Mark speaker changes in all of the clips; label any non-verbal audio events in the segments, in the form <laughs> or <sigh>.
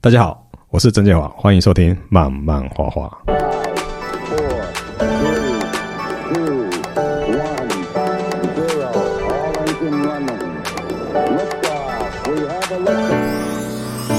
Speaker 1: 大家好，我是曾建华，欢迎收听《慢慢画画》。
Speaker 2: four, three, two, one, zero. All engine running. Liftoff. We have a liftoff.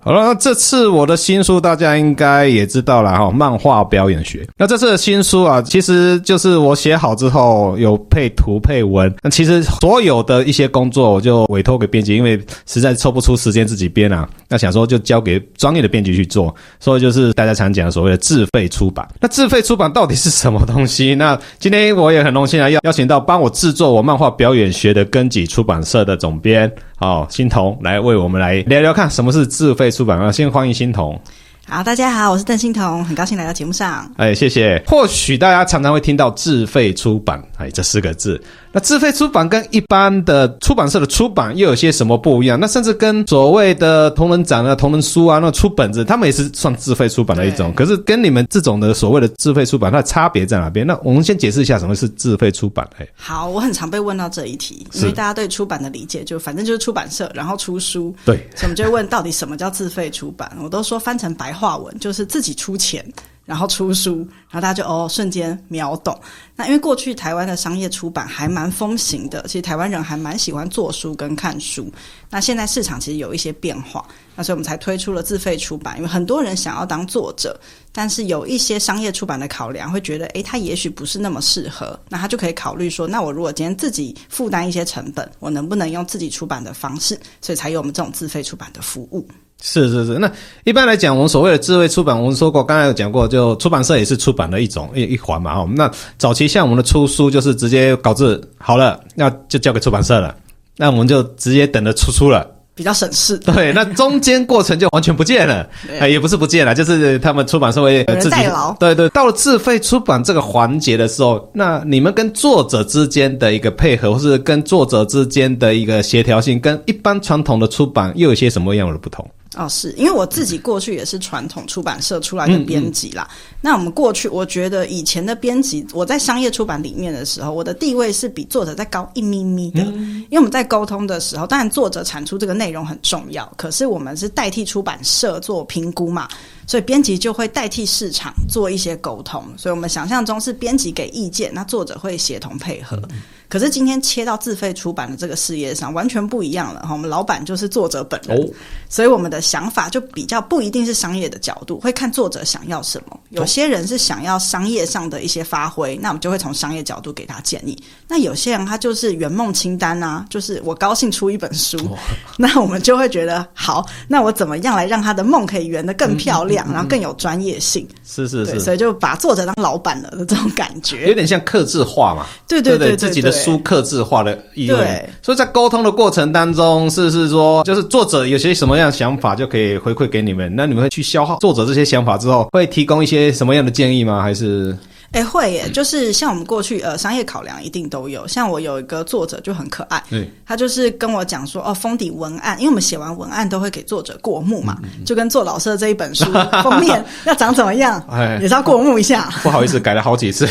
Speaker 1: 好了，那这次我的新书大家应该也知道了哈，《漫画表演学》。那这次的新书啊，其实就是我写好之后有配图配文。那其实所有的一些工作我就委托给编辑，因为实在抽不出时间自己编啊。那想说就交给专业的编辑去做，所以就是大家常讲的所谓的自费出版。那自费出版到底是什么东西？那今天我也很荣幸啊，邀邀请到帮我制作我漫画表演学的根基出版社的总编哦，欣桐来为我们来聊聊看什么是自费出版啊。先欢迎欣桐，
Speaker 3: 好，大家好，我是邓欣彤，很高兴来到节目上。
Speaker 1: 哎，谢谢。或许大家常常会听到自费出版，哎，这四个字。那自费出版跟一般的出版社的出版又有些什么不一样？那甚至跟所谓的同人展啊、同人书啊、那出本子，他们也是算自费出版的一种。可
Speaker 3: 对
Speaker 1: 是跟你们这种的所谓的自费出版，它的差别在哪边？那我们先解释一下什么是自费出版。哎，
Speaker 3: 好，我很常被问到这一题，因为大家对出版的理解就反正就是出版社，然后出书，
Speaker 1: 对
Speaker 3: 所以我们就会问到底什么叫自费出版？我都说翻成白话文就是自己出钱。然后出书，然后大家就哦瞬间秒懂。那因为过去台湾的商业出版还蛮风行的，其实台湾人还蛮喜欢做书跟看书。那现在市场其实有一些变化，那所以我们才推出了自费出版，因为很多人想要当作者，但是有一些商业出版的考量，会觉得，诶，它也许不是那么适合，那他就可以考虑说，那我如果今天自己负担一些成本，我能不能用自己出版的方式？所以才有我们这种自费出版的服务。
Speaker 1: 是是是，那一般来讲，我们所谓的智慧出版，我们说过，刚才有讲过，就出版社也是出版的一种一一环嘛。哦，那早期像我们的出书，就是直接稿子好了，那就交给出版社
Speaker 3: <laughs>
Speaker 1: 了，那我们就直接等着出书了。
Speaker 3: 比较省事，
Speaker 1: 对，那中间过程就完全不见了，
Speaker 3: 对
Speaker 1: 哎、也不是不见了，就是他们出版社会呃
Speaker 3: 有人
Speaker 1: 自己
Speaker 3: 代劳
Speaker 1: 对对，到了自费出版这个环节的时候，那你们跟作者之间的一个配合，或是跟作者之间的一个协调性，跟一般传统的出版又有些什么样的不同？
Speaker 3: 哦，是因为我自己过去也是传统出版社出来的编辑啦。那我们过去，我觉得以前的编辑，我在商业出版里面的时候，我的地位是比作者再高一咪咪的。因为我们在沟通的时候，当然作者产出这个内容很重要，可是我们是代替出版社做评估嘛，所以编辑就会代替市场做一些沟通。所以我们想象中是编辑给意见，那作者会协同配合。可是今天切到自费出版的这个事业上，完全不一样了哈。我们老板就是作者本人，所以我们的想法就比较不一定是商业的角度，会看作者想要什
Speaker 1: 哦
Speaker 3: 么。有些人是想要商业上的一些发挥，那我们就会从商业角度给他建议。那有些人他就是圆梦清单啊，就是我高兴出一本书，
Speaker 1: 哦
Speaker 3: <laughs> 那我们就会觉得好，那我怎么样来让他的梦可以圆得更漂亮，
Speaker 1: 嗯
Speaker 3: 然后更有专业性？
Speaker 1: 是是
Speaker 3: 对，
Speaker 1: 是，
Speaker 3: 所以就把作者当老板了的这种感
Speaker 1: 有
Speaker 3: 觉。
Speaker 1: 点像克制化嘛，
Speaker 3: 对
Speaker 1: 对
Speaker 3: 对对对
Speaker 1: 自己的
Speaker 3: 对
Speaker 1: 书克制化的意味
Speaker 3: 对。
Speaker 1: 所以在沟通的过程当中，是是说，就是作者有些什么样的想法就可以回馈给你们，那你们会去消耗作者这些想法之后，会提供一些什么样的建议吗？还是
Speaker 3: 哎、会耶，就是像我们过去呃商业考量一定都有，像我有一个作者就很可爱，
Speaker 1: 对
Speaker 3: 他就是跟我讲说，哦，封底文案，因为我们写完文案都会给作者过目嘛，
Speaker 1: 嗯
Speaker 3: 就跟做老师的这一本书封面要长怎么样
Speaker 1: <laughs> 哎，
Speaker 3: 也是要过目
Speaker 1: <laughs>
Speaker 3: 一下。
Speaker 1: 不好意思改了好几次？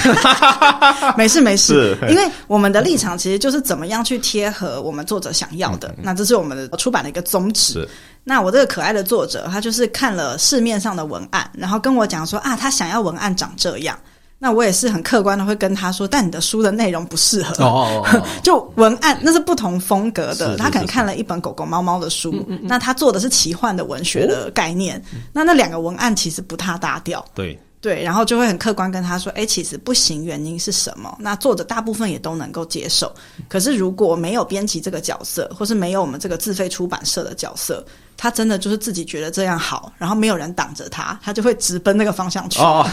Speaker 3: 没事没事
Speaker 1: 是，哎
Speaker 3: 因为我们的立场其实就是怎么样去贴合我们作者想要的，那这是我们的出版的一个宗
Speaker 1: 嗯是
Speaker 3: 旨。那我这个可爱的作者，他就是看了市面上的文案，然后跟我讲说啊，他想要文案长这样。那我也是很客观的会跟他说，但你的书的内容不适合。
Speaker 1: 哦哦
Speaker 3: 就文案那是不同风格
Speaker 1: 是
Speaker 3: 的，
Speaker 1: 是嗯
Speaker 3: 他可能
Speaker 1: 是
Speaker 3: 看了一本狗狗猫猫的书，那他做的是奇幻的文学的概
Speaker 1: 嗯
Speaker 3: 念，那那两个文案其实不太搭调。
Speaker 1: 对，
Speaker 3: 对，然后就会很客观跟他说，哎，其实不行，原因是什么？那作者大部分也都能够接受。可是如果没有编辑这个角色，或是没有我们这个自费出版社的角色，他真的就是自己觉得这样好，然后没有人挡着他，他就会直奔那个方向去。
Speaker 1: 哦，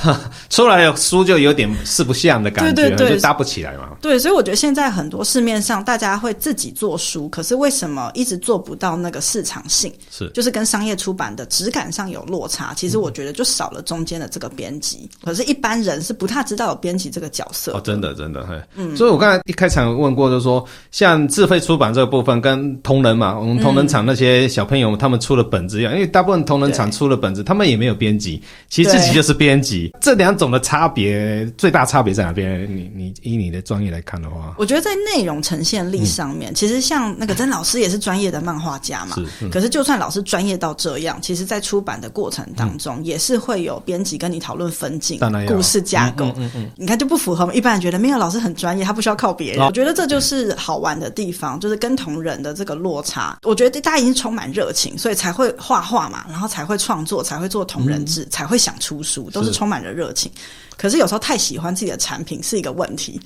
Speaker 1: 出来的书就有点四不像的感觉，
Speaker 3: 对对对
Speaker 1: 就搭不起来嘛。
Speaker 3: 对，所以我觉得现在很多市面上大家会自己做书，可是为什么一直做不到那个市场性？
Speaker 1: 是
Speaker 3: 就是跟商业出版的质感上有落差。其实我觉得就少了中间的这个编辑，可是一般人是不太知道有编辑这个角色嗯
Speaker 1: 哦，。真的真的，嘿，所以我刚才一开场问过，就是说像自费出版这个部分跟同人嘛，我们同人场那些小朋友他们们出了本子一样，
Speaker 3: 嗯
Speaker 1: 因为大部分同人厂
Speaker 3: 对
Speaker 1: 出了本子，他们也没有编辑，其实自己
Speaker 3: 对
Speaker 1: 就是编辑。这两种的差别，最大差别在哪边？你你以你的专业来看的话，
Speaker 3: 我觉得在内容呈现力上面，其实像那个曾老师也是专业的漫画家嘛
Speaker 1: 嗯是。嗯
Speaker 3: 可是就算老师专业到这样，其实在出版的过程当中，也是会有编辑跟你讨论分镜
Speaker 1: 嗯当然、要嗯
Speaker 3: 故事架构。你看就不符合我们一般人觉得，没有老师很专业，他不需要靠别人。
Speaker 1: 哦
Speaker 3: 我觉得这就是好玩的地方，就是跟同人的这个落差。我觉得大家已经充满热情，所以才会画画嘛，然后才会创作，才会做同人志，才会想出书，都是
Speaker 1: 嗯是
Speaker 3: 充满了热情。可是有时候太喜欢自己的产品是一个问题，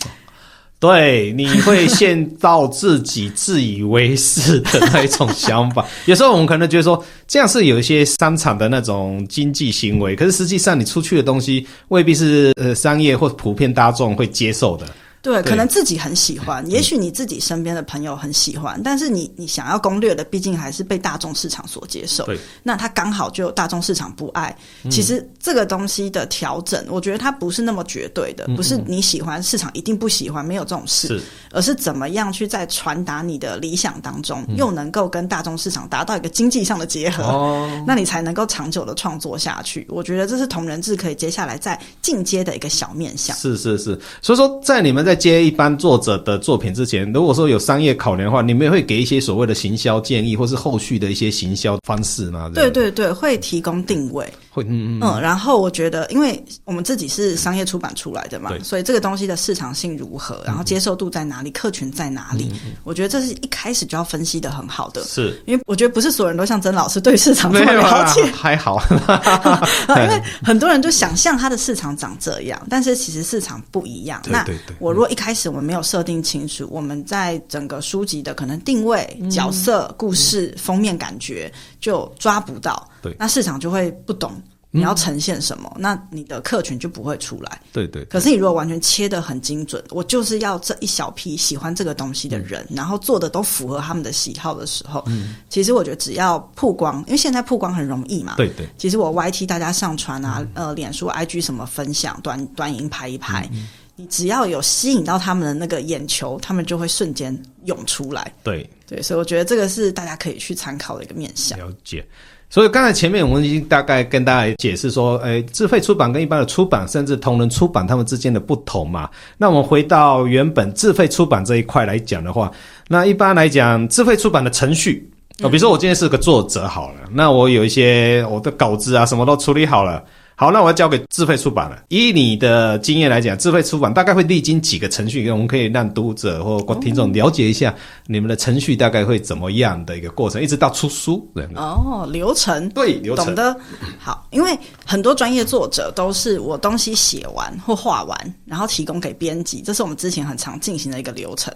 Speaker 1: 对，你会陷到自己自以为是的那一种想法。有时候我们可能觉得说，这样是有一些商场的那种经济行为，可是实际上你出去的东西未必是呃商业或普遍大众会接受的。
Speaker 3: 对，
Speaker 1: 对嗯
Speaker 3: 可能自己很喜欢，也许你自己身边的朋友很喜欢，但是你你想要攻略的，毕竟还是被大众市场所接受。
Speaker 1: 对，嗯
Speaker 3: 那它刚好就有大众市场不爱。其实这个东西的调整，我觉得它不是那么绝对的，不是你喜欢市场一定不喜欢，没有这种事，
Speaker 1: 嗯是
Speaker 3: 而是怎么样去在传达你的理想当中，
Speaker 1: 嗯
Speaker 3: 又能够跟大众市场达到一个经济上的结合。
Speaker 1: 哦，
Speaker 3: 那你才能够长久的创作下去，我觉得这是同人志可以接下来再进阶的一个小面向。
Speaker 1: 是是是，所以说在你们在接一般作者的作品之前，如果说有商业考量的话，你们也会给一些所谓的行销建议，或是后续的一些行销方式吗？这
Speaker 3: 对
Speaker 1: 样，
Speaker 3: 对对，会提供定位，
Speaker 1: 会嗯嗯
Speaker 3: 嗯，然后我觉得，因为我们自己是商业出版出来的嘛
Speaker 1: 对，嗯
Speaker 3: 所以这个东西的市场性如何，然后接受度在哪里，客群在哪里，我觉得这是一开始就要分析的很好的。 <laughs>
Speaker 1: 是。
Speaker 3: 因为我觉得不是所有人都像曾老师对市场
Speaker 1: 没
Speaker 3: 这么
Speaker 1: 有
Speaker 3: 了
Speaker 1: 啦
Speaker 3: 解，，
Speaker 1: <laughs> 还好，
Speaker 3: <laughs> 因
Speaker 1: <laughs> 嗯
Speaker 3: 为很多人就想象它的市场长这样，但是其实市场不一样。
Speaker 1: 对对对嗯
Speaker 3: 那我如果一开始我没有设定清楚，我们在整个书籍的可能定位、角色、故事、封面感觉就抓不到，
Speaker 1: 对嗯
Speaker 3: 那市场就会不懂你要呈现什么，那你的客群就不会出来。
Speaker 1: 对对
Speaker 3: 可是你如果完全切得很精准，我就是要这一小批喜欢这个东西的
Speaker 1: 嗯
Speaker 3: 人，然后做的都符合他们的喜好的时候，其实我觉得只要曝光，因为现在曝光很容易嘛，
Speaker 1: 对对，
Speaker 3: 其实我 YT 大家上传啊，呃，脸书、IG 什么分享，短短影拍一拍，你只要有吸引到他们的那个眼球，他们就会瞬间涌出来。
Speaker 1: 对，
Speaker 3: 对，所以我觉得这个是大家可以去参考的一个面向。
Speaker 1: 了解。所以刚才前面我们已经大概跟大家解释说，诶，自费出版跟一般的出版，甚至同人出版，他们之间的不同嘛。那我们回到原本自费出版这一块来讲的话，那一般来讲，自费出版的程序，哦，比如说我今天是个作者好了，那我有一些我的稿子啊，什么都处理好了。好，那我要交给自费出版了。以你的经验来讲，自费出版大概会历经几个程序，我们可以让读者或听
Speaker 3: 哦
Speaker 1: 众了解一下你们的程序大概会怎么样的一个过程，一直到出书这样子。
Speaker 3: 哦，流程。
Speaker 1: 对，流程
Speaker 3: 懂得好，因为很多专业作者都是我东西写完或画完，然后提供给编辑，这是我们之前很常进行的一个流程。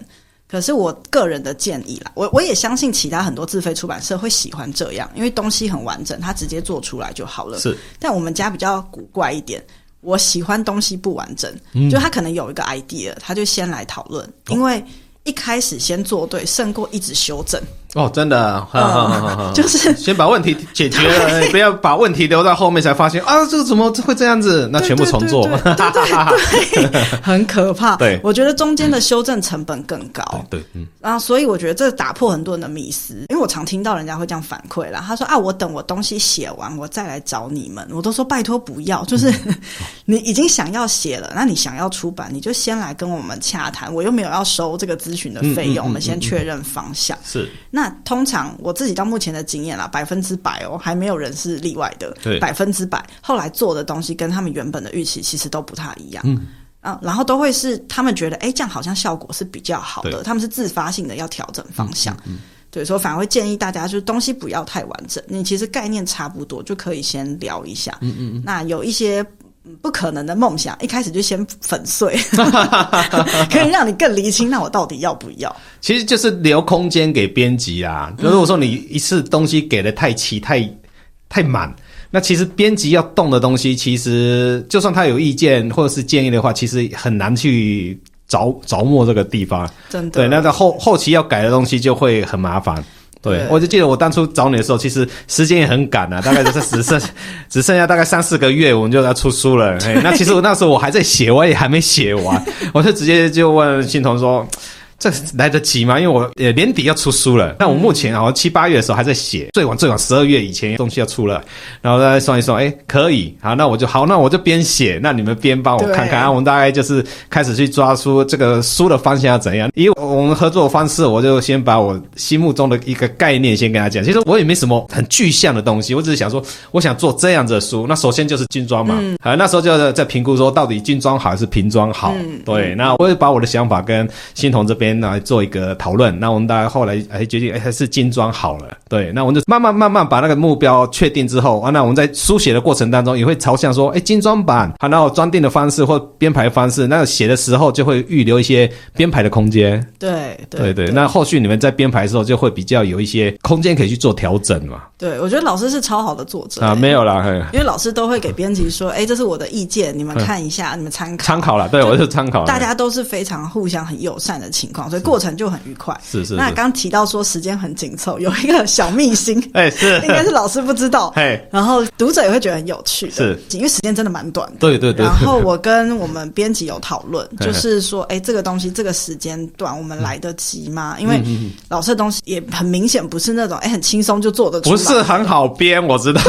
Speaker 3: 可是我个人的建议啦，我我也相信其他很多自费出版社会喜欢这样，因为东西很完整，它直接做出来就好了。
Speaker 1: 是
Speaker 3: 但我们家比较古怪一点，我喜欢东西不完整，
Speaker 1: 嗯
Speaker 3: 就他可能有一个 idea，他就先来讨论，
Speaker 1: 哦
Speaker 3: 因为一开始先做对胜过一直修正，
Speaker 1: 哦，真的，哈哈哈哈哈
Speaker 3: 嗯 <laughs> 就是
Speaker 1: 先把问题解决了，不要把问题留到后面才发现啊，这个怎么会这样子？那啊全部重做。
Speaker 3: 对对
Speaker 1: <laughs>
Speaker 3: 对对对对很可怕。
Speaker 1: 对
Speaker 3: 我觉得中间的修正成本更高。
Speaker 1: 对，嗯，
Speaker 3: 然后，所以我觉得这打破很多人的迷思，因为我常听到人家会这样反馈啦。他说啊，我等我东西写完，我再来找你们。我都说拜托不要，就是
Speaker 1: 嗯
Speaker 3: <laughs> 你已经想要写了，那你想要出版，你就先来跟我们洽谈。我又没有要收这个咨询的费
Speaker 1: 嗯嗯嗯嗯
Speaker 3: 用，我们先确认方向。
Speaker 1: 是
Speaker 3: 那通常我自己到目前的经验啦，百分之百哦，还没有人是例外的，
Speaker 1: 对
Speaker 3: 百分之百。后来做的东西跟他们原本的预期其实都不太一样，嗯。啊，然后都会是他们觉得，哎，这样好像效果是比较好
Speaker 1: 对
Speaker 3: 的，他们是自发性的要调整方向，对，所以反而会建议大家就是东西不要太完整，你其实概念差不多就可以先聊一下，嗯嗯那有一些嗯不可能的梦想，一开始就先粉 <laughs> 碎，可以让你更厘清，那我到底要不要？
Speaker 1: 其实就是留空间给编辑啦。如果说你一次东西给的太齐、太太满，那其实编辑要动的东西，其实就算他有意见或者是建议的话，其实很难去着着墨这个地方。
Speaker 3: 真的，
Speaker 1: 对，那到后后期要改的东西就会很麻烦。对
Speaker 3: 对，
Speaker 1: 我就记得我当初找你的时候，其实时间也很赶
Speaker 3: <laughs>
Speaker 1: 啊，大概就是只剩只剩下大概三四个月，我们就要出书了。哎 <laughs> 嘿，那其实我那时候我还在写，我也还没写完，我就直接就问信彤说。这来得及吗？因为我呃年底要出书了，但我目前好像七八月的时候还在写，最晚最晚十二月以前东西要出了，然后再算一算，哎，可以，好，那我就好，那我就边写，那你们边帮我看
Speaker 3: 对
Speaker 1: 看，啊，我们大概就是开始去抓出这个书的方向要怎样。以我们合作的方式，我就先把我心目中的一个概念先跟他讲。其实我也没什么很具象的东西，我只是想说，我想做这样子的书。那首先就是精装嘛，嗯、那时候就在评估说到底精装好还是平装好。对，那我也把我的想法跟新彤这边来做一个讨论。那我们大概后来哎决定，哎还是精装好了。对，那我们就慢慢慢慢把那个目标确定之后啊，那我们在书写的过程当中也会朝向说，哎，精装版，好，那我装订的方式或编排方式，那写的时候就会预留一些编排的空间。
Speaker 3: 对
Speaker 1: 对
Speaker 3: 对
Speaker 1: 对，那后续你们在编排的时候就会比较有一些空间可以去做调整嘛。
Speaker 3: 对，我觉得老师是超好的作者
Speaker 1: 啊，
Speaker 3: 欸
Speaker 1: 没有啦，嘿
Speaker 3: 因为老师都会给编辑说，哎，这是我的意见，你们
Speaker 1: 嗯
Speaker 3: 看一下，你们参考。
Speaker 1: 参考啦，对我就参考啦。
Speaker 3: 大家都是非常互相很友善的情况，所以过程就很愉快。
Speaker 1: 是是
Speaker 3: 那
Speaker 1: 是
Speaker 3: 刚提到说时间很紧凑，有一个小秘辛，
Speaker 1: <laughs> 哎是
Speaker 3: 应该是老师不知道
Speaker 1: 嘿，
Speaker 3: 然后读者也会觉得很有趣的，
Speaker 1: 是
Speaker 3: 因为时间真的蛮短的。
Speaker 1: 对对对
Speaker 3: 然后我跟我们编辑有讨论，
Speaker 1: <laughs> 嘿
Speaker 3: 就是说，哎，这个东西这个时间段我们来得及吗？因为
Speaker 1: 嗯
Speaker 3: 老师的东西也很明显不是那种哎很轻松就做得出来，
Speaker 1: 不是很好编，我
Speaker 3: <laughs>
Speaker 1: 知道。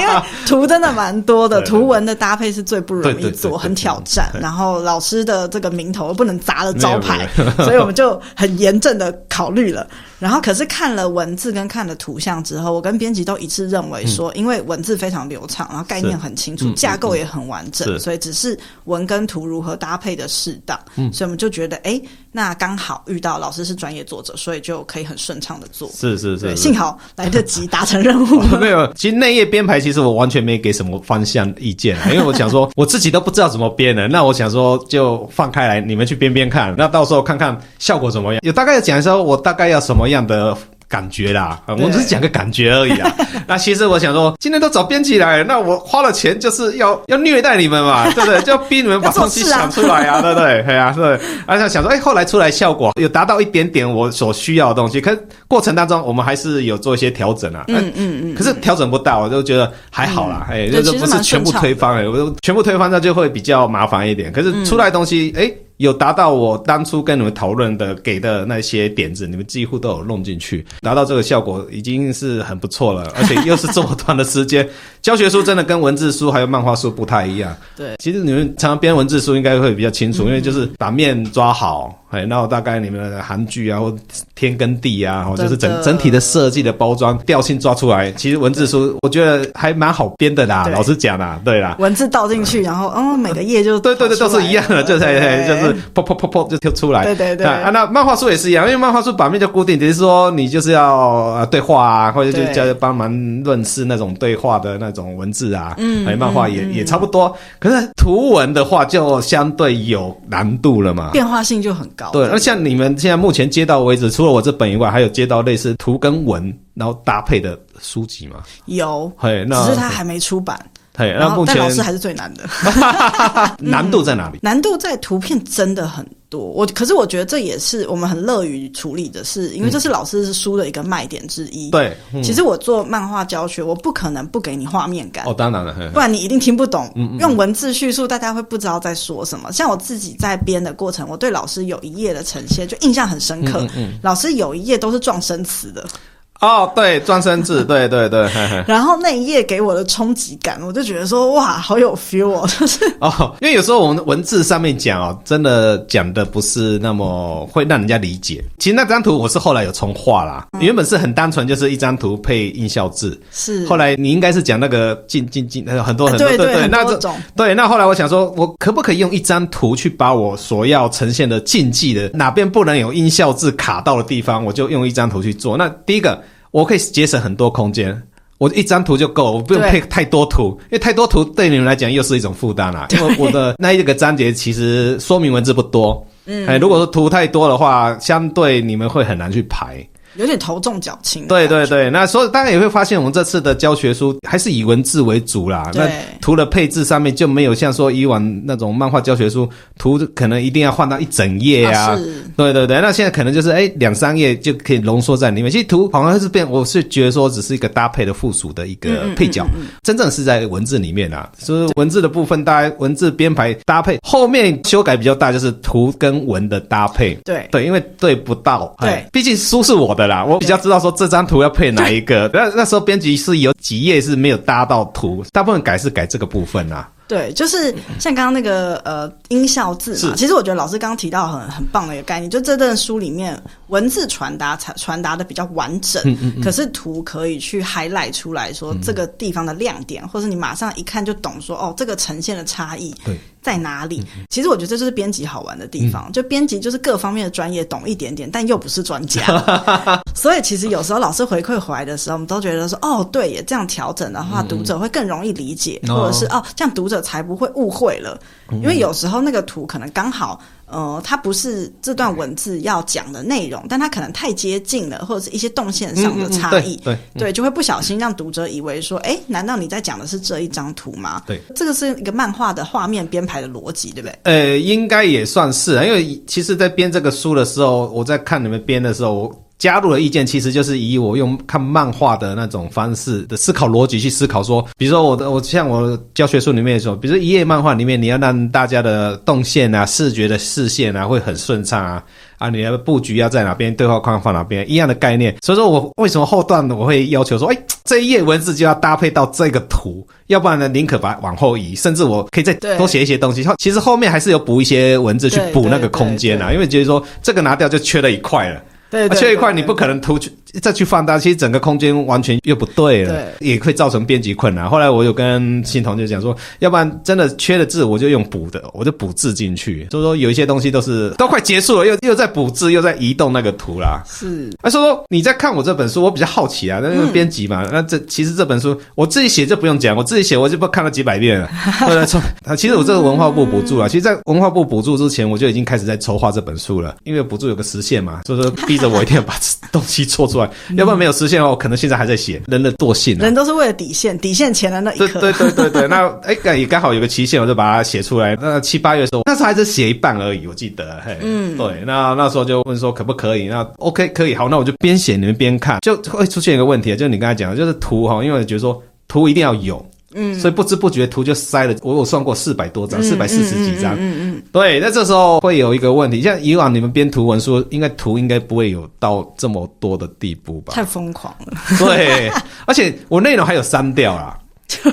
Speaker 3: 因为图真的蛮多的，
Speaker 1: 对对对
Speaker 3: 图文的搭配是最不容
Speaker 1: 对对
Speaker 3: 易
Speaker 1: 对对
Speaker 3: 做，
Speaker 1: 对
Speaker 3: 很挑战。然后老师的这个名头不能砸了招牌
Speaker 1: 没有没， <laughs>
Speaker 3: 所以我们就很严正的考虑了。然后可是看了文字跟看了图像之后，我跟编辑都一致认为说，因为文字非常流畅，然后概念很清楚
Speaker 1: 嗯嗯，嗯
Speaker 3: 架构也很完整，
Speaker 1: 是
Speaker 3: 所以只是文跟图如何搭配的适当，
Speaker 1: 嗯
Speaker 3: 所以我们就觉得，哎，那刚好遇到老师是专业作者，所以就可以很顺畅的做。
Speaker 1: 是是
Speaker 3: 对，
Speaker 1: 是，是
Speaker 3: 幸好来得及达成任务。
Speaker 1: <laughs> 没有，其实内页编排其实我完全没给什么方向意见
Speaker 3: <laughs>
Speaker 1: 啊，因为我想说我自己都不知道怎么编的，那我想说就放开来，你们去编编看，那到时候看看效果怎么样。有大概讲说我大概要什么样的。感觉
Speaker 3: <laughs>
Speaker 1: 啦，啊
Speaker 3: 对
Speaker 1: 我只是讲个感觉而已
Speaker 3: <laughs>
Speaker 1: 啊。那其实我想说，今天都找编辑来，那我花了钱就是要要虐待你们嘛，
Speaker 3: <laughs>
Speaker 1: 对不对？就要逼你们把
Speaker 3: 要做
Speaker 1: 东西
Speaker 3: 事啊
Speaker 1: 想出来
Speaker 3: <laughs>
Speaker 1: 啊，对不对？对啊，对。而且想说，哎、后来出来效果有达到一点点我所需要的东西，可是过程当中我们还是有做一些调整啊。那
Speaker 3: 嗯嗯嗯。
Speaker 1: 可是调整不到，我就觉得还好啦，哎、
Speaker 3: 嗯
Speaker 1: 就是
Speaker 3: 对其实
Speaker 1: 不是
Speaker 3: 蛮
Speaker 1: 全
Speaker 3: 顺
Speaker 1: 部推翻哎、我就全部推翻那就会比较麻烦一点。可是出来的
Speaker 3: 嗯
Speaker 1: 东西，哎、有达到我当初跟你们讨论的给的那些点子，你们几乎都有弄进去，达到这个效果已经是很不错了，而且又是这么短的时间，教学书真的跟文字书还有漫画书不太一样。
Speaker 3: 对，嗯
Speaker 1: 其实你们常常编文字书应该会比较清楚，因为就是把面抓好，哎，然后大概你们的韩剧啊，或天跟地啊，或就是
Speaker 3: 真
Speaker 1: 整
Speaker 3: 的
Speaker 1: 整体的设计的包装调性抓出来。其实文字书我觉得还蛮好编的啦，
Speaker 3: 对
Speaker 1: 老实讲啦，对啦。
Speaker 3: 文字倒进去，然后嗯，每个页就
Speaker 1: 对对对，
Speaker 3: 跑
Speaker 1: 都
Speaker 3: 出来
Speaker 1: 是一样的，就是
Speaker 3: 对
Speaker 1: 就是噗噗噗噗就跳出来。
Speaker 3: 对对对
Speaker 1: 啊，啊那漫画书也是一样，因为漫画书版面就固定，只是说你就是要呃对话啊，或者就
Speaker 3: 对
Speaker 1: 叫帮忙论述那种对话的那种文字啊，嗯，还有漫画也、也差不多。可是图文的话就相对有难度了嘛。
Speaker 3: 变化性就很高。
Speaker 1: 对，那像你们现在目前接到为止，除了我这本以外，还有接到类似图跟文然后搭配的书籍嘛？
Speaker 3: 有，
Speaker 1: 嘿，
Speaker 3: 只
Speaker 1: 那
Speaker 3: 是它还没出版。
Speaker 1: 嘿，
Speaker 3: 然
Speaker 1: 那
Speaker 3: 后
Speaker 1: 目
Speaker 3: 但
Speaker 1: 前
Speaker 3: 老师还是最嗯难的，
Speaker 1: 难度在哪里？
Speaker 3: 难度在图片真的很多。我可是我觉得这也是我们很乐于处理的事，因为这是老师书的一个卖点之一。，
Speaker 1: 嗯对，嗯
Speaker 3: 其实我做漫画教学，我不可能不给你画面感
Speaker 1: 哦，。当然了，嘿
Speaker 3: 不然你一定听不懂，
Speaker 1: 嗯
Speaker 3: 用文字叙述，大家会不知道在说什么。像我自己在编的过程，我对老师有一页的呈现就印象很深
Speaker 1: 嗯
Speaker 3: 刻。老师有一页都是撞生词的，
Speaker 1: 哦，对，庄生
Speaker 3: <laughs>
Speaker 1: 智，对对对，嘿嘿
Speaker 3: 然后那一页给我的冲击感，我就觉得说哇，好有 feel 哦， <laughs> 就是
Speaker 1: 哦，因为有时候我们文字上面讲哦，真的讲的不是那么会让人家理解。其实那张图我是后来有重画啦，
Speaker 3: 嗯
Speaker 1: 原本是很单纯，就是一张图配印效字。
Speaker 3: 是啊
Speaker 1: 后来你应该是讲那个进进进，呃很多很多
Speaker 3: 对
Speaker 1: 对
Speaker 3: 对很
Speaker 1: 那
Speaker 3: 多
Speaker 1: 这
Speaker 3: 种
Speaker 1: 对那后来我想说，我可不可以用一张图去把我所要呈现的禁忌的哪边不能有音效字卡到的地方，我就用一张图去做。那第一个，我可以节省很多空间。我一张图就够，我不用
Speaker 3: 对
Speaker 1: 配太多图， <laughs> 因为太多图对你们来讲又是一种负担啦。因为我的那一个章节其实说明文字不多，嗯，哎，如果说图太多的话，相对你们会很难去排。
Speaker 3: 有点头重脚轻。
Speaker 1: 对对，对，那所以大家也会发现，我们这次的教学书还是以文字为主啦。
Speaker 3: 对
Speaker 1: 那图的配置上面就没有像说以往那种漫画教学书，图可能一定要换到一整页啊。
Speaker 3: 啊是
Speaker 1: 对对对，那现在可能就是哎两三页就可以浓缩在里面。其实图好像是变，我是觉得说只是一个搭配的附属的一
Speaker 3: 嗯
Speaker 1: 个配角，真正是在文字里面啊。所以文字的部分，大家文字编排搭配后面修改比较大，就是图跟文的搭配。
Speaker 3: 对
Speaker 1: 对，因为对不到，
Speaker 3: 对
Speaker 1: 哎，毕竟书是我的啦，我比较知道说这张图要配哪一个。那那时候编辑是有几页是没有搭到图，大部分改是改这个部分啦。
Speaker 3: 对，就是像刚刚那个呃音效字嘛
Speaker 1: 是，
Speaker 3: 其实我觉得老师刚刚提到很很棒的一个概念，就这本书里面文字传达才传达的比较完整，
Speaker 1: 嗯
Speaker 3: 可是图可以去 highlight 出来说这个地方的亮点，或是你马上一看就懂说哦这个呈现的差异。
Speaker 1: 对。嗯
Speaker 3: 在哪里？其实我觉得这就是编辑好玩的地方，就编辑就是各方面的专业懂一点点，但又不是专家，所以其实有时候老师回馈回来的时候，我们都觉得说，哦，对耶，这样调整的话，读者会更容易理解，
Speaker 1: 嗯哦嗯
Speaker 3: 或者是哦，这样读者才不会误会了。因为有时候那个图可能刚好，呃，它不是这段文字要讲的内容，但它可能太接近了，或者是一些动线上的差异，
Speaker 1: 嗯对
Speaker 3: 对，就会不小心让读者以为说，哎，难道你在讲的是这一张图吗？
Speaker 1: 对，
Speaker 3: 这个是一个漫画的画面编排的逻辑，对不对？
Speaker 1: 呃，应该也算是啊，因为其实，在编这个书的时候，我在看你们编的时候，我加入的意见其实就是以我用看漫画的那种方式的思考逻辑去思考说，比如说我的我像我教学书里面说，比如说一页漫画里面，你要让大家的动线啊、视觉的视线啊会很顺畅啊。啊，你的布局要在哪边，对话框放哪边，一样的概念。所以说我为什么后段我会要求说，哎、这一页文字就要搭配到这个图，要不然呢，宁可把它往后移，甚至我可以再
Speaker 3: 对
Speaker 1: 多写一些东西。后其实后面还是有补一些文字去
Speaker 3: 对
Speaker 1: 补
Speaker 3: 对
Speaker 1: 那个空间啊，因为觉得说这个拿掉就缺了一块了。
Speaker 3: 对
Speaker 1: 啊缺一块你不可能图去再去放大，其实整个空间完全又不对了，也会造成编辑困难。后来我有跟新同学讲说，要不然真的缺的字我就用补的，我就补字进去。所以说有一些东西都是都快结束了，又又在补字，又在移动那个图啦。
Speaker 3: 是
Speaker 1: 啊，所以说你在看我这本书，我比较好奇啊，那个编辑嘛，那这其实这本书我自己写就不用讲，我自己写我就不知道看了几百遍了。对了，从啊其实我这个文化部补助啊，其实，在文化部补助之前，我就已经开始在筹划这本书了，因为补助有个时限嘛，所以说逼着我一定要把 <laughs> 东西做出来，要不然没有时限的话，我可能现在还在写。人的惰性啊
Speaker 3: 人，都是为了底线，底线前的那一
Speaker 1: 对
Speaker 3: 刻。
Speaker 1: 对对对对，那哎刚也刚好有个期限，我就把它写出来。那七八月的时候，那时候还是写一半而已，我记得。嘿，嗯，对，那那时候就问说可不可以？那 OK 可以，好，那我就边写你们边看，就会出现一个问题，就是你刚才讲的，就是图哈，因为我觉得说图一定要有。嗯，所以不知不觉图就塞了，我我算过四百多张，四百四十几张，嗯嗯，对，那这时候会有一个问题，像以往你们编图文书，应该图应该不会有到这么多的地步吧？
Speaker 3: 太疯狂了， <laughs>
Speaker 1: 对，而且我内容还有删掉啦。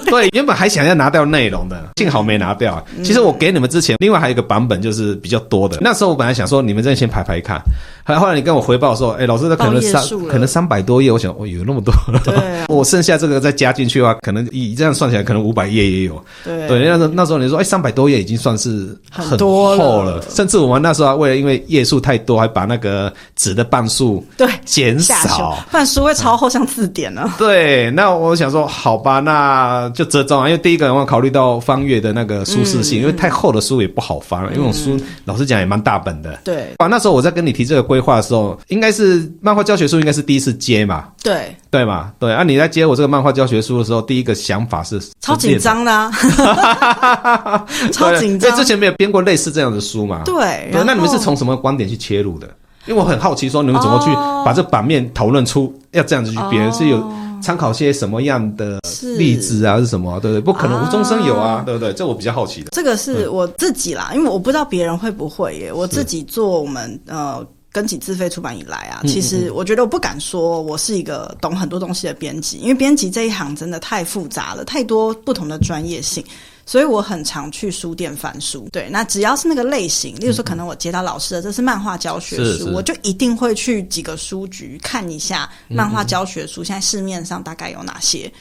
Speaker 1: 对，原本还想要拿掉内容的，幸好没拿掉。啊
Speaker 3: 嗯
Speaker 1: 其实我给你们之前，另外还有一个版本就是比较多的。那时候我本来想说，你们这先排排看，后来后来你跟我回报说，哎、老师，这可能
Speaker 3: 哦爆页
Speaker 1: 三
Speaker 3: 数了
Speaker 1: 可能三百多页，我想哦，有那么多了。
Speaker 3: 对啊
Speaker 1: <laughs> 我剩下这个再加进去的话，可能以这样算起来，可能五百页也有。
Speaker 3: 对
Speaker 1: 对，那时候那时候你说，哎、3三百多页已经算是
Speaker 3: 很
Speaker 1: 很
Speaker 3: 多
Speaker 1: 厚
Speaker 3: 了
Speaker 1: 了，甚至我们那时候还为了因为页数太多，还把那个纸的半数
Speaker 3: 对，
Speaker 1: 减
Speaker 3: 下
Speaker 1: 少
Speaker 3: 修，。不然书会超厚，像字典呢、
Speaker 1: 对，那我想说，好吧，那就折中啊。因为第一个，我考虑到翻阅的那个舒适
Speaker 3: 嗯
Speaker 1: 性，因为太厚的书也不好翻，因为我书、老实讲也蛮大本的。
Speaker 3: 对
Speaker 1: 啊，那时候我在跟你提这个规划的时候，应该是漫画教学书，应该是第一次接嘛，
Speaker 3: 对，
Speaker 1: 对嘛？对啊，你在接我这个漫画教学书的时候，第一个想法是
Speaker 3: 超紧，张的、啊，
Speaker 1: 是练的
Speaker 3: <laughs> 超紧
Speaker 1: 对
Speaker 3: 张啊
Speaker 1: 因为之前没有编过类似这样的书嘛？
Speaker 3: 对
Speaker 1: 对，
Speaker 3: 然
Speaker 1: 那你们是
Speaker 3: 后
Speaker 1: 从什么观点去切入的？因为我很好奇，说你们怎么去
Speaker 3: 哦
Speaker 1: 把这版面讨论出要这样子去编，是有参考些什么样的
Speaker 3: 是
Speaker 1: 例子啊，是什么？对不对？不可能
Speaker 3: 啊
Speaker 1: 无中生有啊，对不对？这我比较好奇的。嗯
Speaker 3: 这个是我自己啦，因为我不知道别人会不会耶。我自己做我们呃跟起自费出版以来
Speaker 1: 嗯
Speaker 3: 啊，其实我觉得我不敢说我是一个懂很多东西的编辑，因为编辑这一行真的太复杂了，太多不同的专业性。所以我很常去书店翻书，对，那只要是那个类型，例如说，可能我接到老师的这是漫画教
Speaker 1: 嗯
Speaker 3: 学
Speaker 1: 是
Speaker 3: 书，
Speaker 1: 是
Speaker 3: 我就一定会去几个书局看一下漫
Speaker 1: 嗯
Speaker 3: 画教学书现在市面上大概有哪些，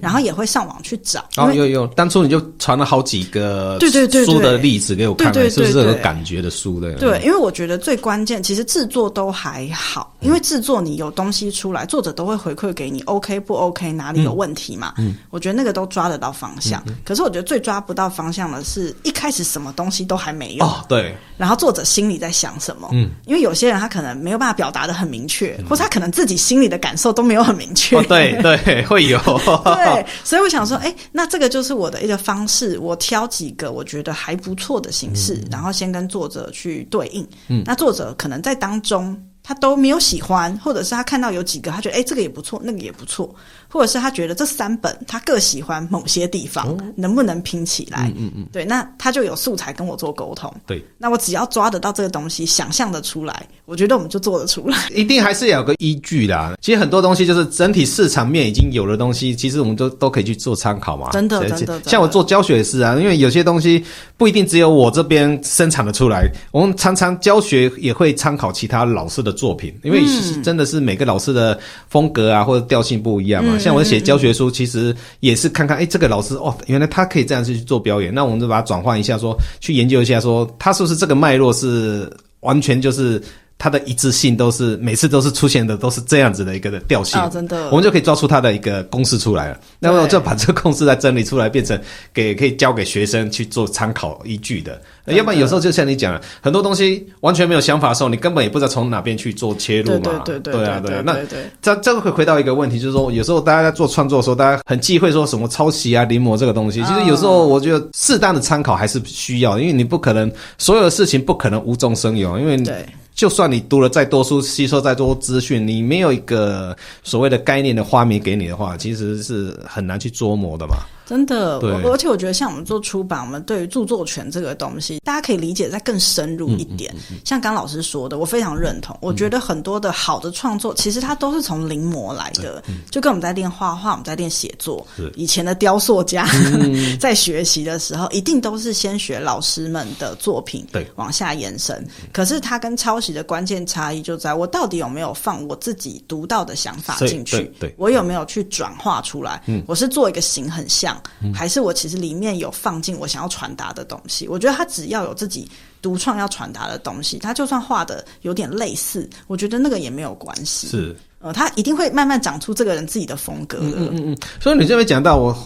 Speaker 3: 然后也会上网去找，因
Speaker 1: 哦，
Speaker 3: 为
Speaker 1: 有有，当初你就传了好几个
Speaker 3: 对对对对
Speaker 1: 书的例子给我看，
Speaker 3: 对对对
Speaker 1: 是不是这个
Speaker 3: 对
Speaker 1: 感觉的书的？
Speaker 3: 对，因为我觉得最关键，其实制作都还好，
Speaker 1: 嗯
Speaker 3: 因为制作你有东西出来，作者都会回馈给你，OK
Speaker 1: 嗯
Speaker 3: 不 OK，哪里有问题嘛？我觉得那个都抓得到方向。可是我觉得最抓抓不到方向的是，一开始什么东西都还没有，
Speaker 1: 哦，对，
Speaker 3: 然后作者心里在想什么？
Speaker 1: 嗯，
Speaker 3: 因为有些人他可能没有办法表达的很明确，或者他可能自己心里的感受都没有很明确。
Speaker 1: 哦，对对，会有，
Speaker 3: <laughs> 对，所以我想说，哎、那这个就是我的一个方式，我挑几个我觉得还不错的形式，然后先跟作者去对应。嗯，那作者可能在当中他都没有喜欢，或者是他看到有几个他觉得哎、诶这个也不错，那个也不错，或者是他觉得这三本他各喜欢某些地方，能不能拼起来？哦嗯嗯嗯，对，那他就有素材跟我做沟通。
Speaker 1: <laughs> 对，
Speaker 3: 那我只要抓得到这个东西，想象的出来，我觉得我们就做得出来。
Speaker 1: 一定还是要有个依据啦。其实很多东西就是整体市场面已经有的东西，其实我们都都可以去做参考嘛。
Speaker 3: 真的
Speaker 1: 而且
Speaker 3: 真的真的
Speaker 1: 像我做教学也是啊，因为有些东西不一定只有我这边生产的出来，我们常常教学也会参考其他老师的作品，因
Speaker 3: 嗯
Speaker 1: 为是真的是每个老师的风格啊或者调性不一样
Speaker 3: 嗯
Speaker 1: 嘛。像我写教学书，其实也是看看，哎、这个老师哦，原来他可以这样去做表演，那我们就把它转换一下说去研究一下说他是不是这个脉络是完全就是它的一致性都是每次都是出现的都是这样子的一个的调性，
Speaker 3: 啊真的
Speaker 1: 我们就可以抓出它的一个公式出来了。那么就把这个公式再整理出来，变成给可以交给学生去做参考依据的。呃
Speaker 3: 真的
Speaker 1: 要不然有时候就像你讲了，很多东西完全没有想法的时候，你根本也不知道从哪边去做切入
Speaker 3: 对
Speaker 1: 嘛
Speaker 3: 对。对对
Speaker 1: 啊，对啊
Speaker 3: 对。
Speaker 1: 那
Speaker 3: 对对
Speaker 1: 这这个会回到一个问题，就是说，有时候大家在做创作的时候，大家很忌讳说什么抄袭啊、临摹这个东西。其实有时
Speaker 3: 啊
Speaker 1: 候我觉得适当的参考还是需要的，因为你不可能所有的事情不可能无中生有，因为你
Speaker 3: 对
Speaker 1: 就算你读了再多书，吸收再多资讯，你没有一个所谓的概念的画面给你的话，其实是很难去琢磨的嘛。
Speaker 3: 真的，
Speaker 1: 对
Speaker 3: 我而且我觉得像我们做出版，我们对于著作权这个东西，大家可以理解再更深入一
Speaker 1: 嗯
Speaker 3: 点。像刚老师说的，我非常认同。我觉得很多的好的创作，其实它都是从临摹来的，就跟我们在练画画，我们在练写作
Speaker 1: 嗯是，嗯
Speaker 3: 以前的雕塑家 <laughs> 在学习的时候，一定都是先学老师们的作品，
Speaker 1: 对
Speaker 3: 往下延伸。可是它跟抄袭的关键差异就在我到底有没有放我自己独到的想法
Speaker 1: 所以
Speaker 3: 进去，
Speaker 1: 对对
Speaker 3: 我有没有去转化出来？
Speaker 1: 嗯
Speaker 3: 我是做一个形很像，还是我其实里面有放进我想要传达的东西？我觉得他只要有自己独创要传达的东西，他就算画的有点类似，我觉得那个也没有关系。，
Speaker 1: 是，嗯
Speaker 3: 呃，他一定会慢慢长出这个人自己的风格的。
Speaker 1: 所以你这边讲到我。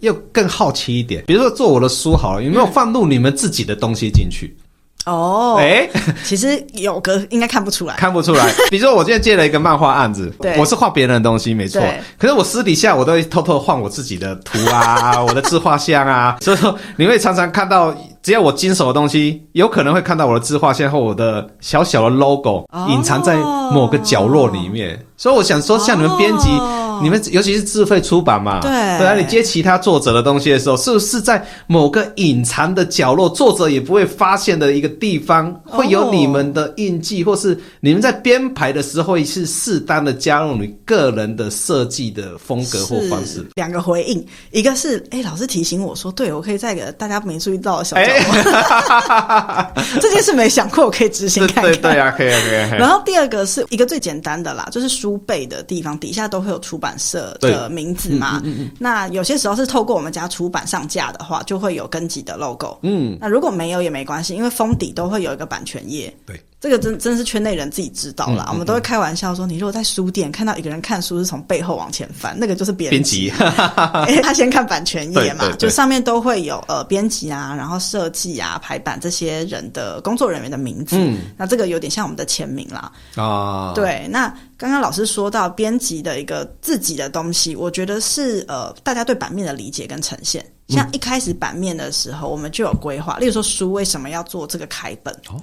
Speaker 1: 又更好奇一点，比如说做我的书好了，有没有放入你们自己的东西进去？
Speaker 3: 嗯哦，
Speaker 1: 哎、
Speaker 3: 其实有个应该看不出来。
Speaker 1: 看不出
Speaker 3: <laughs>
Speaker 1: 来。比如说，我今天接了一个漫画案子
Speaker 3: 对，
Speaker 1: 我是画别人的东西，没错
Speaker 3: 对。
Speaker 1: 可是我私底下我都会偷偷换我自己的图
Speaker 3: <laughs>
Speaker 1: 啊，我的自画像啊。所以说，你会常常看到，只要我经手的东西，有可能会看到我的自画像或我的小小的 logo
Speaker 3: 哦
Speaker 1: 隐藏在某个角落里面。所以我想说，像你们编辑
Speaker 3: 哦，
Speaker 1: 你们尤其是自费出版嘛，
Speaker 3: 对
Speaker 1: 对啊，你接其他作者的东西的时候，是不是在某个隐藏的角落，作者也不会发现的一个地方，
Speaker 3: 哦
Speaker 1: 会有你们的印记，或是你们在编排的时候是适当的加入你个人的设计的风格或方式
Speaker 3: 是。两个回应，一个是哎、老师提醒我说，对我可以在一个大家没注意到的小角
Speaker 1: 哎
Speaker 3: 落， <laughs> 这件事没想过，我可以执行
Speaker 1: <laughs> 对
Speaker 3: 看看。
Speaker 1: 对对啊，可以啊可以啊可以
Speaker 3: 然
Speaker 1: 啊。
Speaker 3: 后第二个是一个最简单的啦，就是书背的地方底下都会有出版社的名字嘛。
Speaker 1: 嗯
Speaker 3: 那有些时候是透过我们家出版上架的话，就会有跟级的 logo。嗯，那如果没有也没关系，因为封底都会有一个版权页。
Speaker 1: 对。嗯
Speaker 3: 这个真真是圈内人自己知道啦，我们都会开玩笑说，你如果在书店看到一个人看书是从背后往前翻，那个就是编
Speaker 1: 编
Speaker 3: <laughs>
Speaker 1: 辑，
Speaker 3: 因为他先看版权页嘛
Speaker 1: 对对，对
Speaker 3: 就上面都会有呃编辑啊，然后设计啊、排版这些人的工作人员的名字。
Speaker 1: 嗯
Speaker 3: 那这个有点像我们的签名啦。
Speaker 1: 啊，
Speaker 3: 对，那刚刚老师说到编辑的一个自己的东西，我觉得是呃大家对版面的理解跟呈现。
Speaker 1: 嗯
Speaker 3: 像一开始版面的时候，我们就有规划，例如说书为什么要做这个开本。
Speaker 1: 哦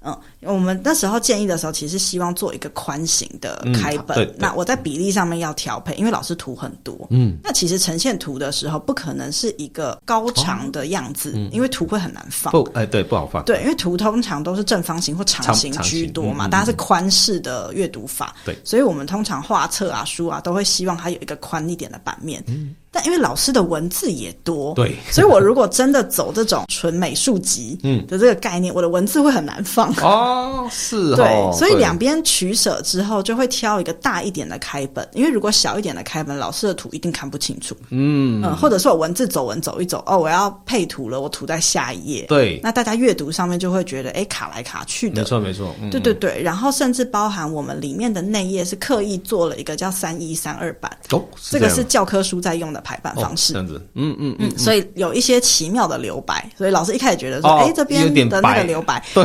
Speaker 3: 嗯，我们那时候建议的时候，其实是希望做一个宽型的开
Speaker 1: 嗯
Speaker 3: 本。
Speaker 1: 对对
Speaker 3: 那我在比例上面要调配，因为老师图很多。嗯，那其实呈现图的时候，不可能是一个高长的样子，
Speaker 1: 嗯
Speaker 3: 因为图会很难放。
Speaker 1: 不，哎，对，不好放。
Speaker 3: 对，因为图通常都是正方形或长
Speaker 1: 长
Speaker 3: 形
Speaker 1: 长
Speaker 3: 居
Speaker 1: 形
Speaker 3: 多嘛，
Speaker 1: 嗯嗯
Speaker 3: 大家是宽式的阅读法。
Speaker 1: 对
Speaker 3: 所以我们通常画册啊、书啊，都会希望它有一个宽一点的版面。但因为老师的文字也多，
Speaker 1: 嗯对
Speaker 3: 所以我如果真的走这种纯美术集的这个概念，我的文字会很难
Speaker 1: 嗯
Speaker 3: 放。
Speaker 1: 哦，是哦
Speaker 3: 对，，所以
Speaker 1: 对
Speaker 3: 两边取舍之后，就会挑一个大一点的开本，因为如果小一点的开本，老师的图一定看不清楚。嗯或者是我文字走文走一走，哦，我要配图了，我图在下一页。
Speaker 1: 对
Speaker 3: 那大家阅读上面就会觉得，哎，卡来卡去
Speaker 1: 没
Speaker 3: 的。
Speaker 1: 错没错，嗯
Speaker 3: 对对对，然后甚至包含我们里面的内页是刻意做了一个叫三一三二版，
Speaker 1: 哦，
Speaker 3: 这
Speaker 1: 这
Speaker 3: 个
Speaker 1: 样
Speaker 3: 是教科书在用的的排版方式。
Speaker 1: 哦这样子，嗯嗯嗯，
Speaker 3: 嗯，所以有一些奇妙的留白，所以老师一开始觉得说，
Speaker 1: 哦
Speaker 3: 哎、这边
Speaker 1: 有点
Speaker 3: 的那
Speaker 1: 白
Speaker 3: 个留白，
Speaker 1: 对，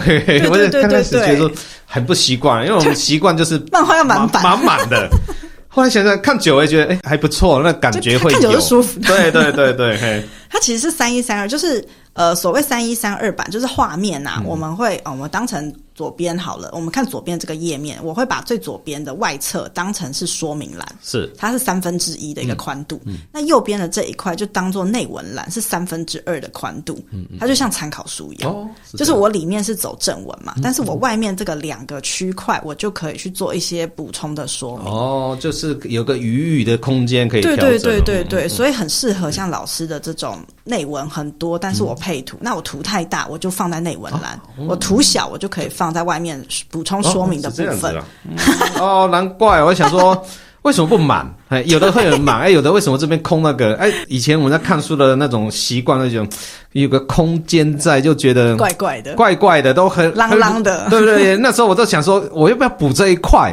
Speaker 1: <laughs>
Speaker 3: 对
Speaker 1: 我也
Speaker 3: 对
Speaker 1: 刚开始
Speaker 3: 对
Speaker 1: 觉
Speaker 3: 对
Speaker 1: 得很不习惯，因为我们习惯就是
Speaker 3: <laughs> 漫画要满版，
Speaker 1: 满满的。后来想想看久了，觉得哎、还不错，那感觉会
Speaker 3: 就看久
Speaker 1: 有
Speaker 3: 就舒服
Speaker 1: 对对对对，嘿，
Speaker 3: 它其实是三一三二，就是呃所谓三一三二版，就是画面呐、
Speaker 1: 嗯
Speaker 3: 我们会呃我们当成左边好了，我们看左边这个页面，我会把最左边的外侧当成是说明栏。
Speaker 1: 是
Speaker 3: 它是三分之一的一个宽度，
Speaker 1: 嗯
Speaker 3: 那右边的这一块就当做内文栏，是三分之二的宽度，它就像参考书一样。
Speaker 1: 嗯哦，
Speaker 3: 就是
Speaker 1: 这样嗯
Speaker 3: 我里面是走正文嘛，但是我外面这个两个区块，我就可以去做一些补充的说明。
Speaker 1: 哦，就是有个余裕的空间可以
Speaker 3: 对
Speaker 1: 调
Speaker 3: 对
Speaker 1: 整
Speaker 3: 对对
Speaker 1: 嗯
Speaker 3: 对，所以很适合像老师的这种内文很多，但是
Speaker 1: 嗯
Speaker 3: 我配图，那我图太大，我就放在内文栏；我图小，我就可以放在外面补充说明的
Speaker 1: 哦
Speaker 3: 部
Speaker 1: 哦是这样
Speaker 3: 分
Speaker 1: 子。啊嗯哦，难怪我想说。为什么不满？哎，有的会很满，哎，有的为什么这边空那个？哎，以前我们在看书的那种习惯，那种有个空间在，就觉得
Speaker 3: 怪怪的，
Speaker 1: 啊怪怪的，都很
Speaker 3: 啷啷的
Speaker 1: 很对对 <laughs> 对，那时候我就想说，我要不要补这一
Speaker 3: <laughs>
Speaker 1: 块？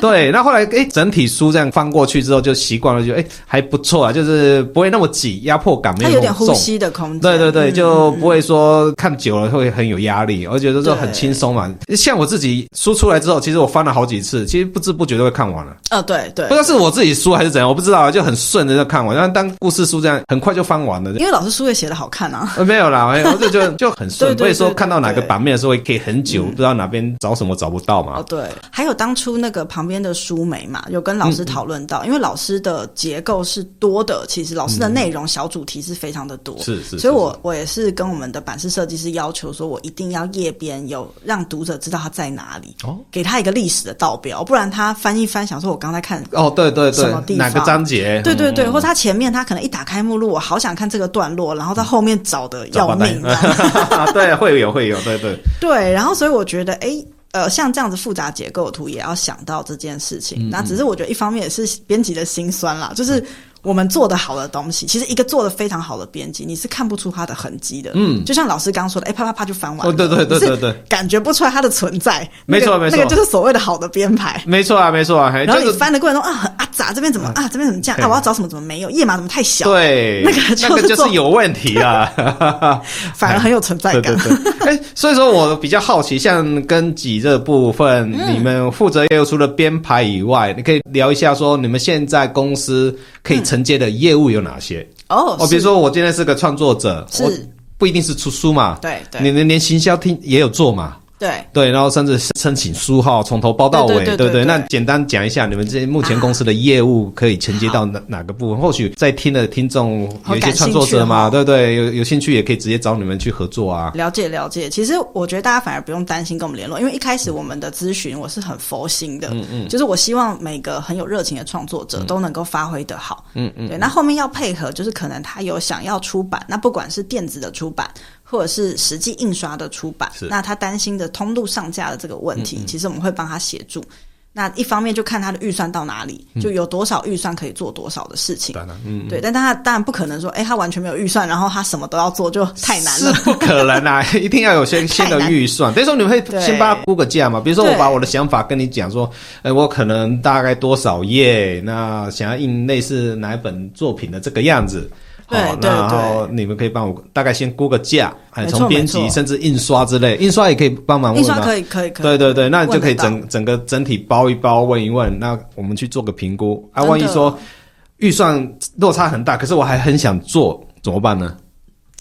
Speaker 1: 对，那后来哎，整体书这样翻过去之后就习惯了，就哎还不错啊，就是不会那么挤，压迫感没
Speaker 3: 它
Speaker 1: 有
Speaker 3: 有
Speaker 1: 那
Speaker 3: 点
Speaker 1: 么
Speaker 3: 呼
Speaker 1: 重。
Speaker 3: 吸的空间。
Speaker 1: 对对对，
Speaker 3: 嗯
Speaker 1: 就不会说看久了会很有压力，而且就是很
Speaker 3: 对
Speaker 1: 轻松嘛。像我自己书出来之后，其实我翻了好几次，其实不知不觉都会看完了。
Speaker 3: 呃对对
Speaker 1: 不知，道是我自己书还是怎样，我不知道，就很顺的就看完。但当故事书这样，很快就翻完了。
Speaker 3: 因为老师书也写的好看啊。
Speaker 1: 呃，没有啦，哎我就觉得就很顺，
Speaker 3: 对对
Speaker 1: 不会说
Speaker 3: 对对
Speaker 1: 看到哪个
Speaker 3: 对嗯
Speaker 1: 版面的时候会可以很久，不知道哪边找什么找不到
Speaker 3: 哦
Speaker 1: 嘛。，
Speaker 3: 对，还有当初那个旁边的书梅嘛，有跟
Speaker 1: 嗯
Speaker 3: 老师讨论到，因为老师的结构是多的，其实老师的内容小主题是非常的多，
Speaker 1: 是是，
Speaker 3: 所以
Speaker 1: 是
Speaker 3: 我我也是跟我们的版式设计师要求说，我一定要页边有让读者知道他在哪里，
Speaker 1: 哦
Speaker 3: 给他一个历史的道标，不然他翻一翻，想说我刚才看。
Speaker 1: 哦，对对
Speaker 3: 什么
Speaker 1: 对，
Speaker 3: 地
Speaker 1: 哪
Speaker 3: 方
Speaker 1: 个章节？
Speaker 3: 对对对，或他前面他可能一打开目录，我好想看这个段落，然后到后面找的
Speaker 1: 嗯找
Speaker 3: 要
Speaker 1: 不到
Speaker 3: 命。这样
Speaker 1: <laughs> 对，会有会有，对对，
Speaker 3: 对，然后所以我觉得，哎，呃，像这样子复杂结构图也要想到这件事情。
Speaker 1: 嗯
Speaker 3: 那只是我觉得一方面也是编辑的辛酸啦，就是我们做的好的东西，其实一个做的非常好的编辑，你是看不出它的痕迹的。嗯，就像老师刚说的，哎，啪啪啪就翻完了，
Speaker 1: 哦对对对
Speaker 3: 你是
Speaker 1: 对对
Speaker 3: 感觉不出来它的存在。
Speaker 1: 没错
Speaker 3: 那个
Speaker 1: 没错
Speaker 3: 那个就是所谓的好的编排。
Speaker 1: 没错啊，没错啊，还
Speaker 3: 然后你
Speaker 1: 就是
Speaker 3: 翻的过程中啊，很啊杂，这边怎么啊，这边怎么这样
Speaker 1: 对
Speaker 3: 啊，我要找什么怎么没有，页码怎么太小，
Speaker 1: 对，
Speaker 3: 那个就是
Speaker 1: 那个就
Speaker 3: 做
Speaker 1: 是有问题
Speaker 3: <laughs>
Speaker 1: 啊。
Speaker 3: 反而很有存在
Speaker 1: 对
Speaker 3: 感
Speaker 1: 哎对。对，哎、所以说我比较好奇，像跟几这部分，
Speaker 3: 嗯
Speaker 1: 你们负责业务除了编排以外，你可以聊一下说你们现在公司可以承接的业务有哪些？
Speaker 3: 哦
Speaker 1: 哦，比如
Speaker 3: 是
Speaker 1: 说我今天是个创作者，
Speaker 3: 是
Speaker 1: 我不一定是出书嘛，
Speaker 3: 对对
Speaker 1: 你们连行销厅也有做嘛。
Speaker 3: 对。
Speaker 1: 对，然后甚至申请书号从头包到尾，
Speaker 3: 对对对
Speaker 1: 不
Speaker 3: 对对
Speaker 1: 那简单讲一下，你们这目前
Speaker 3: 啊
Speaker 1: 公司的业务可以承接到哪哪个部分？或许在听的听众有一
Speaker 3: 好
Speaker 1: 些
Speaker 3: 感
Speaker 1: 创作者嘛，
Speaker 3: 兴趣
Speaker 1: 对不
Speaker 3: 哦
Speaker 1: 对？有有兴趣也可以直接找你们去合作啊。
Speaker 3: 了解了解，其实我觉得大家反而不用担心跟我们联络，因为一开始我们的咨询我是很佛心的，嗯嗯，就是我希望每个很有热情的创作者都能够发挥得好，嗯嗯，对。那后面要配合，就是可能他有想要出版，那不管是电子的出版或者是实际印刷的出版
Speaker 1: 是，嗯
Speaker 3: 那他担心的通路上架的这个问题，其实我们会帮他协助。那一方面就看他的预算到哪里，就有多少预算可以做多少的事情，
Speaker 1: 嗯当然，嗯，
Speaker 3: 对。但他当然不可能说，哎、他完全没有预算，然后他什么都要做，就太难了。
Speaker 1: 是不可能啊！一定要有先先的预
Speaker 3: <laughs>
Speaker 1: 算。等于说你们会
Speaker 3: 对
Speaker 1: 先帮他估个价嘛？比如说我
Speaker 3: 对
Speaker 1: 把我的想法跟你讲说，哎，我可能大概多少页，那想要印类似哪一本作品的这个样子。
Speaker 3: 对
Speaker 1: 好
Speaker 3: 对
Speaker 1: 然后你们可以帮我大概先估个价，哎，
Speaker 3: 没错
Speaker 1: 从编
Speaker 3: 没
Speaker 1: 辑
Speaker 3: 错
Speaker 1: 甚至印刷之类，印刷也可以帮忙问
Speaker 3: 印
Speaker 1: 吗？
Speaker 3: 刷可以可以可以，
Speaker 1: 对对对，那就可以
Speaker 3: 问得到
Speaker 1: 整整个整体包一包，问一问。那我们去做个评估啊，
Speaker 3: 真的
Speaker 1: 万一说预算落差很大，可是我还很想做，怎么办呢？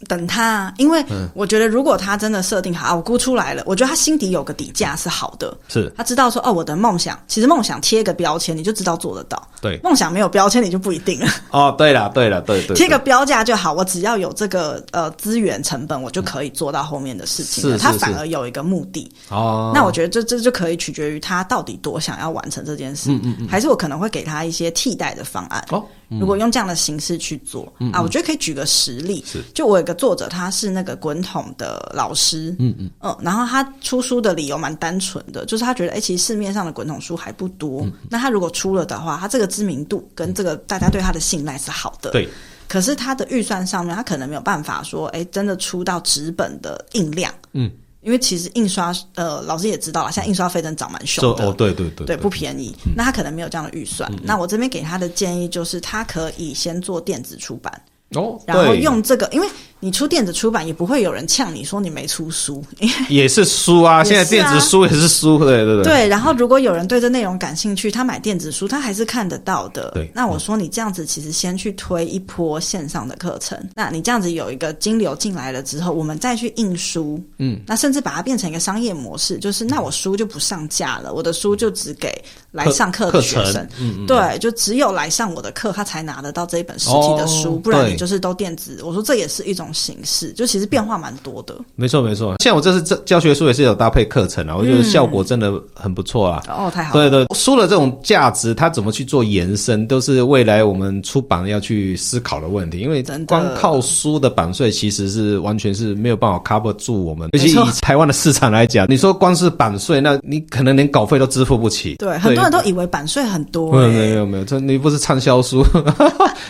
Speaker 3: 等他，因为
Speaker 1: 嗯
Speaker 3: 我觉得如果他真的设定好，啊我估出来了，我觉得他心底有个底价是好的，
Speaker 1: 是
Speaker 3: 他知道说哦，我的梦想，其实梦想贴个标签，你就知道做得到。
Speaker 1: 对
Speaker 3: 梦想没有标签，你就不一定了。
Speaker 1: 哦，对了对了对对，
Speaker 3: 贴
Speaker 1: 对
Speaker 3: 个标价就好，我只要有这个呃资源成本，我就可以做到后面的事情了。
Speaker 1: 是是
Speaker 3: 他
Speaker 1: 是
Speaker 3: 反而有一个目的，
Speaker 1: 哦，
Speaker 3: 那我觉得这这就可以取决于他到底多想要完成这件事，还是我可能会给他一些替代的方案。
Speaker 1: 嗯哦嗯
Speaker 3: 如果用这样的形式去做啊，我觉得可以举个实例
Speaker 1: 是，
Speaker 3: 就我有个作者，他是那个滚筒的老师，嗯嗯然后他出书的理由蛮单纯的，就是他觉得，哎、其实市面上的滚筒书还不多，
Speaker 1: 嗯
Speaker 3: 那他如果出了的话，他这个知名度跟这个大家对他的信赖是好的，
Speaker 1: 对
Speaker 3: 可是他的预算上面，他可能没有办法说，哎，真的出到纸本的印量。
Speaker 1: 嗯，
Speaker 3: 因为其实印刷，呃，老师也知道了，现在印刷费真的涨蛮
Speaker 1: 就
Speaker 3: 凶的。
Speaker 1: 哦，对对对嗯
Speaker 3: 对，不便宜。那他可能没有这样的预算。那我这边给他的建议就是，他可以先做电子出版，
Speaker 1: 哦，
Speaker 3: 然后
Speaker 1: 对
Speaker 3: 用这个，因为你出电子出版也不会有人呛你说你没出书，因为
Speaker 1: 也是书啊，
Speaker 3: 也是
Speaker 1: 现
Speaker 3: 啊
Speaker 1: 在电子书也是书，对对对，
Speaker 3: 对。然后如果有人对这内容感兴趣，他买电子书他还是看得到的。
Speaker 1: 对嗯
Speaker 3: 那我说你这样子其实先去推一波线上的课程，那你这样子有一个金流进来了之后，我们再去印书，嗯，那甚至把它变成一个商业模式，就是
Speaker 1: 嗯
Speaker 3: 那我书就不上架了，我的书就只给来
Speaker 1: 课
Speaker 3: 上课
Speaker 1: 课
Speaker 3: 的学
Speaker 1: 程嗯
Speaker 3: 生。对，就只有来上我的课，他才拿得到这一本实体的书，
Speaker 1: 哦
Speaker 3: 不然
Speaker 1: 对
Speaker 3: 你就是都电子。我说这也是一种形式，就其实变化蛮多的。
Speaker 1: 没错没错。像我这次教教学书也是有搭配课程啊，我觉得效果真的很不错啊。
Speaker 3: 嗯哦，太好了，
Speaker 1: 对对，书的这种价值，它怎么去做延伸，都是未来我们出版要去思考的问题。因为
Speaker 3: 真的
Speaker 1: 光靠书的版税，其实是完全是没有办法 cover 住我们。尤其
Speaker 3: 没错
Speaker 1: 以台湾的市场来讲，你说光是版税，那你可能连稿费都支付不起。
Speaker 3: 对，很多人都以为版税很多、
Speaker 1: 没
Speaker 3: 欸，
Speaker 1: 有没有没有，这你不是畅销书， <laughs>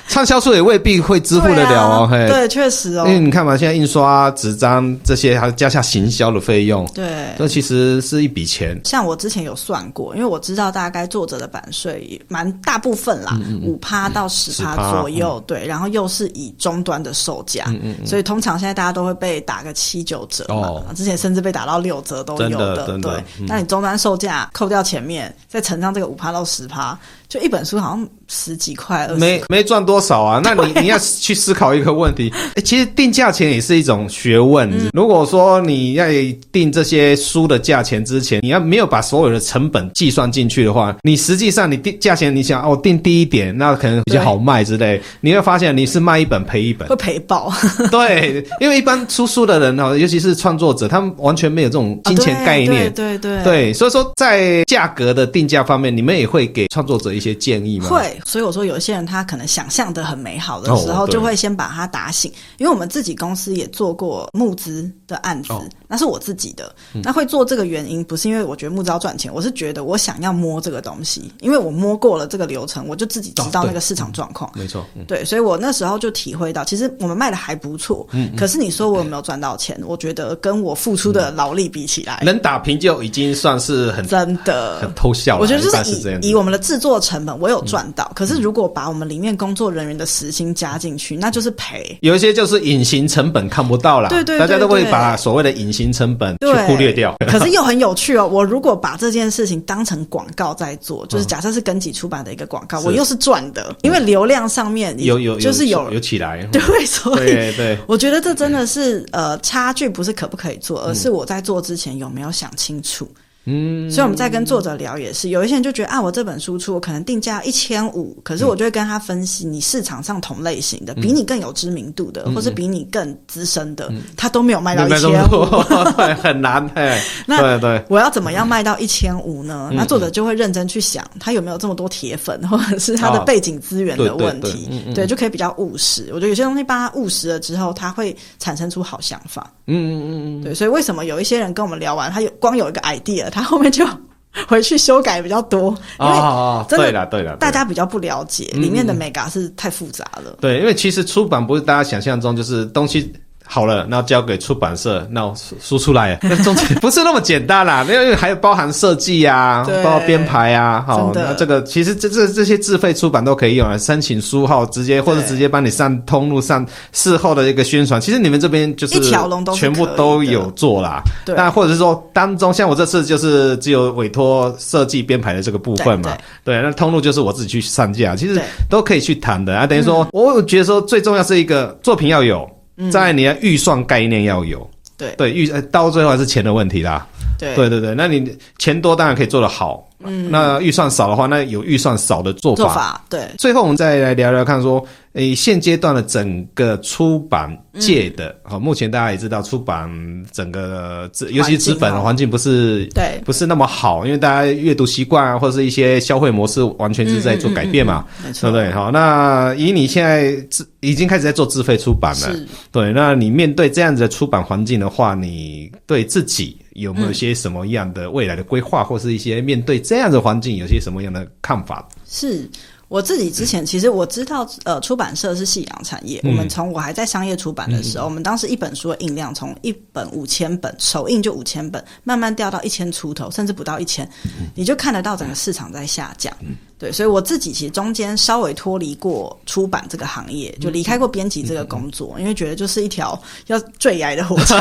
Speaker 1: 畅销书也未必会支付得了哦。
Speaker 3: 对,、
Speaker 1: 嘿
Speaker 3: 啊、，对，确实哦
Speaker 1: 因，为你看嘛，现在印刷、啊纸张这些，还加下行销的费用，
Speaker 3: 对。
Speaker 1: 这其实是一笔钱。
Speaker 3: 像我之前有算过，因为我知道大概作者的版税也蛮大部分
Speaker 1: 嗯
Speaker 3: 啦，五趴到十
Speaker 1: 10%
Speaker 3: 趴左
Speaker 1: 嗯
Speaker 3: 右，对，然后又是以终端的售价，所以通常现在大家都会被打个七九折嘛，
Speaker 1: 哦
Speaker 3: 之前甚至被打到六折都有
Speaker 1: 真的真的嗯
Speaker 3: 对。那你终端售价扣掉前面，再乘上这个五趴到十趴，就一本书好像十几块、二十
Speaker 1: 没没赚多少啊，那你你要去思考一个问
Speaker 3: <laughs>
Speaker 1: 题，诶其实定价钱也是一种学问。
Speaker 3: 嗯
Speaker 1: 如果说你要定这些书的价钱之前，你要没有把所有的成本计算进去的话，你实际上你定价钱，你想哦定低一点，那可能比较好卖之类，你会发现你是卖一本赔一本
Speaker 3: 会。赔爆， <laughs>
Speaker 1: 对，因为一般出书的人哈，尤其是创作者，他们完全没有这种金钱概念。
Speaker 3: <laughs> 啊对对对。
Speaker 1: 对，所以说在价格的定价方面，你们也会给创作者一些建议吗？，
Speaker 3: 会，所以我说有一些人他可能想象的很美好的
Speaker 1: 哦
Speaker 3: 时候，
Speaker 1: 对
Speaker 3: 就会先把它打醒。因为我们自己公司也做过募资的案子，
Speaker 1: 哦嗯
Speaker 3: 那是我自己的。那会做这个原因不是因为我觉得募资要赚钱，我是觉得我想要摸这个东西，因为我摸过了这个流程，我就自己知
Speaker 1: 哦
Speaker 3: 道
Speaker 1: 对
Speaker 3: 那个市场状况。
Speaker 1: 没错，嗯
Speaker 3: 对，所以我那时候就体会到，其实我们卖的还不错，
Speaker 1: 嗯
Speaker 3: 可是你说我有没有赚到钱？我觉得跟我付出
Speaker 1: 嗯
Speaker 3: 的劳力比起来，
Speaker 1: 能打平就已经算是很
Speaker 3: 真的
Speaker 1: 很偷笑了。
Speaker 3: 我觉得就
Speaker 1: 一般
Speaker 3: 是
Speaker 1: 是
Speaker 3: 以
Speaker 1: 这样
Speaker 3: 以
Speaker 1: 子。
Speaker 3: 我们的制作成本，我有赚到。可是如果把我们里面工作人员的时薪加进去，那就是
Speaker 1: <laughs>
Speaker 3: 赔。
Speaker 1: 有一些就是隐形成本看不到啦，
Speaker 3: 对对对
Speaker 1: 大家都会
Speaker 3: 对
Speaker 1: 把所谓的隐形成本去
Speaker 3: 对，
Speaker 1: 忽略掉。
Speaker 3: 可是又很有趣哦。我如果把这件事情当成广告在做，就是假设是跟几出版的一个广告，
Speaker 1: 嗯是
Speaker 3: 我又是赚的，因为流量上面
Speaker 1: 有有
Speaker 3: 就是
Speaker 1: 有
Speaker 3: 有
Speaker 1: 有起来，
Speaker 3: <laughs> 对，所
Speaker 1: <laughs>
Speaker 3: 以
Speaker 1: 对对，
Speaker 3: 我觉得这真的是呃差距，不是可不可以做，而是我在做之前有没有想清楚。嗯，所以我们在跟作者聊也是，有一些人就觉得啊，我这本书出我可能定价一千五，可是我就会跟他分析，你市场上同类型的，比你更有知名度的，或是比你更资深的，他嗯都没有卖到一千五。
Speaker 1: 对， <laughs> 很难哎。
Speaker 3: <laughs> 那
Speaker 1: 对对，
Speaker 3: 我要怎么样卖到一千五
Speaker 1: 嗯
Speaker 3: 呢？那作者就会认真去想，他有没有这么多铁粉， <laughs> 或者是他的
Speaker 1: 啊
Speaker 3: 背景资源
Speaker 1: 对
Speaker 3: 的
Speaker 1: 对
Speaker 3: 问
Speaker 1: 啊对嗯
Speaker 3: 题，对，就可以比较务实。我觉得有些东西帮他务实了之后，他会产生出好想法。嗯嗯嗯，对，所以为什么有一些人跟我们聊完，他有光有一个 idea，他后面就 <laughs> 回去修改比较多，因为
Speaker 1: 哦，
Speaker 3: 真的
Speaker 1: 对了对了，
Speaker 3: 大家比较不了解
Speaker 1: 嗯
Speaker 3: 里面的 mega 是太复杂了。
Speaker 1: 对，因为其实出版不是大家想象中，就是东西好了，然后交给出版社，那我输输出
Speaker 3: <laughs>
Speaker 1: 来了，啊那中间不是那么简单啦，因为还有包含设计啊，
Speaker 3: 对
Speaker 1: 包括编排啊，好，
Speaker 3: 真的
Speaker 1: 那这个其实这这这些自费出版都可以用来申请书号，直接或者
Speaker 3: 对
Speaker 1: 直接帮你上通路上事后的一个宣传。其实你们这边就是
Speaker 3: 一条龙都是
Speaker 1: 全部
Speaker 3: 可以
Speaker 1: 都
Speaker 3: 的
Speaker 1: 有做啦，
Speaker 3: 对
Speaker 1: 那或者是说当中像我这次就是只有委托设计编排的这个部分嘛， <laughs> 对，那通路就是我自己去上架，其实
Speaker 3: 对
Speaker 1: 都可以去谈的啊。等于说，我觉得说最重要是一个作品要有，再来你的预算概念要有，
Speaker 3: 对
Speaker 1: 对预呃到最后还是钱的问题啦。
Speaker 3: 对
Speaker 1: 对对对，那你钱多当然可以做得好，嗯，那预算少的话，那有预算少的做
Speaker 3: 做
Speaker 1: 法。
Speaker 3: 法对
Speaker 1: 最后我们再来聊聊看说，诶，现阶段的整个出版
Speaker 3: 嗯
Speaker 1: 界的，好、目前大家也知道，出版整个这尤其是
Speaker 3: 环境
Speaker 1: 纸本
Speaker 3: 哦
Speaker 1: 环境不是
Speaker 3: 对，
Speaker 1: 不是那么好，因为大家阅读习惯啊，或者是一些消费模式，完全是在做改变嘛，
Speaker 3: 嗯没
Speaker 1: 对
Speaker 3: 错
Speaker 1: 不，对？好，那以你现在自已经开始在做自费出版了，
Speaker 3: 是。
Speaker 1: 对，那你面对这样子的出版环境的话，你对自己有
Speaker 3: 嗯
Speaker 1: 没有一些什么样的未来的规划，或是一些面对这样的环境有些什么样的看法？嗯
Speaker 3: 是，我自己之前其实我知道，呃，出版社是夕阳产业。我们从我还在商业出版的
Speaker 1: 嗯
Speaker 3: 时候，我们当时一本书的印量从一本五千本，首印就五千本，慢慢掉到一千出头，甚至不到一千，
Speaker 1: 嗯
Speaker 3: 你就看得到整个市场在下降。对，所以我自己其实中间稍微脱离过出版这个行业，
Speaker 1: 嗯
Speaker 3: 就离开过编辑这个工作，因为觉得就是一条要 <laughs>
Speaker 1: <laughs>
Speaker 3: 坠崖的火车。